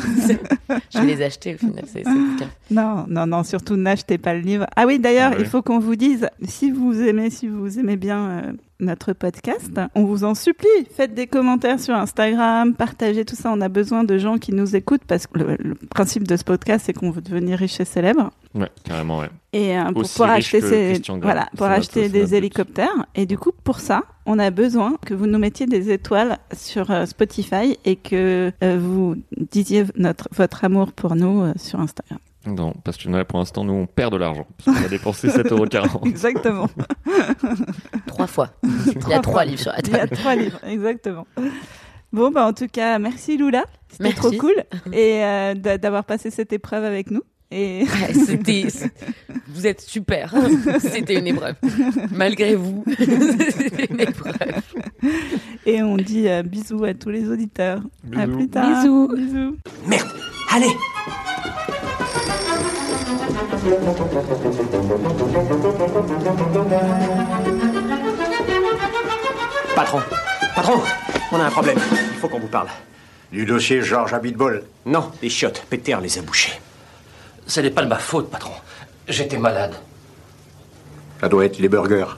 S5: Je vais les acheter au final, ces ces bouquins.
S2: Non, non, non, surtout n'achetez pas le livre. Ah oui, d'ailleurs,
S6: Ah oui.
S2: il faut qu'on vous dise, si vous aimez, si vous aimez bien euh, notre podcast. On vous en supplie, faites des commentaires sur Instagram, partagez tout ça. On a besoin de gens qui nous écoutent parce que le, le principe de ce podcast, c'est qu'on veut devenir riche et célèbre.
S6: Ouais, carrément, ouais.
S2: Et euh, pour
S6: Aussi
S2: pouvoir
S6: riche
S2: acheter,
S6: que
S2: ces-
S6: Christian Grey.
S2: voilà,
S6: C'est
S2: pour
S6: notre-
S2: acheter
S6: c'est notre
S2: des
S6: but.
S2: hélicoptères. Et du coup, pour ça, on a besoin que vous nous mettiez des étoiles sur euh, Spotify et que euh, vous disiez notre, votre amour pour nous euh, sur Instagram.
S6: Non, parce que là, pour l'instant, nous, on perd de l'argent. Parce qu'on a dépensé 7,40€.
S2: Exactement.
S5: Trois fois. Il y a trois livres sur la
S2: Il y a
S5: table.
S2: trois livres, exactement. Bon, bah, en tout cas, merci Lula. C'était
S5: Merci.
S2: trop cool. Et euh, d'a- d'avoir passé cette épreuve avec nous. Et
S5: Ouais, C'était. Vous êtes super. C'était une épreuve. Malgré vous, c'était une épreuve.
S2: Et on dit euh, bisous à tous les auditeurs. À
S3: Bisous.
S2: plus tard.
S5: Bisous.
S2: Bisous.
S8: Allez
S9: Patron, patron, on a un problème. Il faut qu'on vous parle.
S8: Du dossier Georges Abitbol.
S9: Non, les chiottes, Peter les a bouchées.
S10: Ce n'est pas de ma faute, patron. J'étais malade.
S8: Ça doit être les burgers.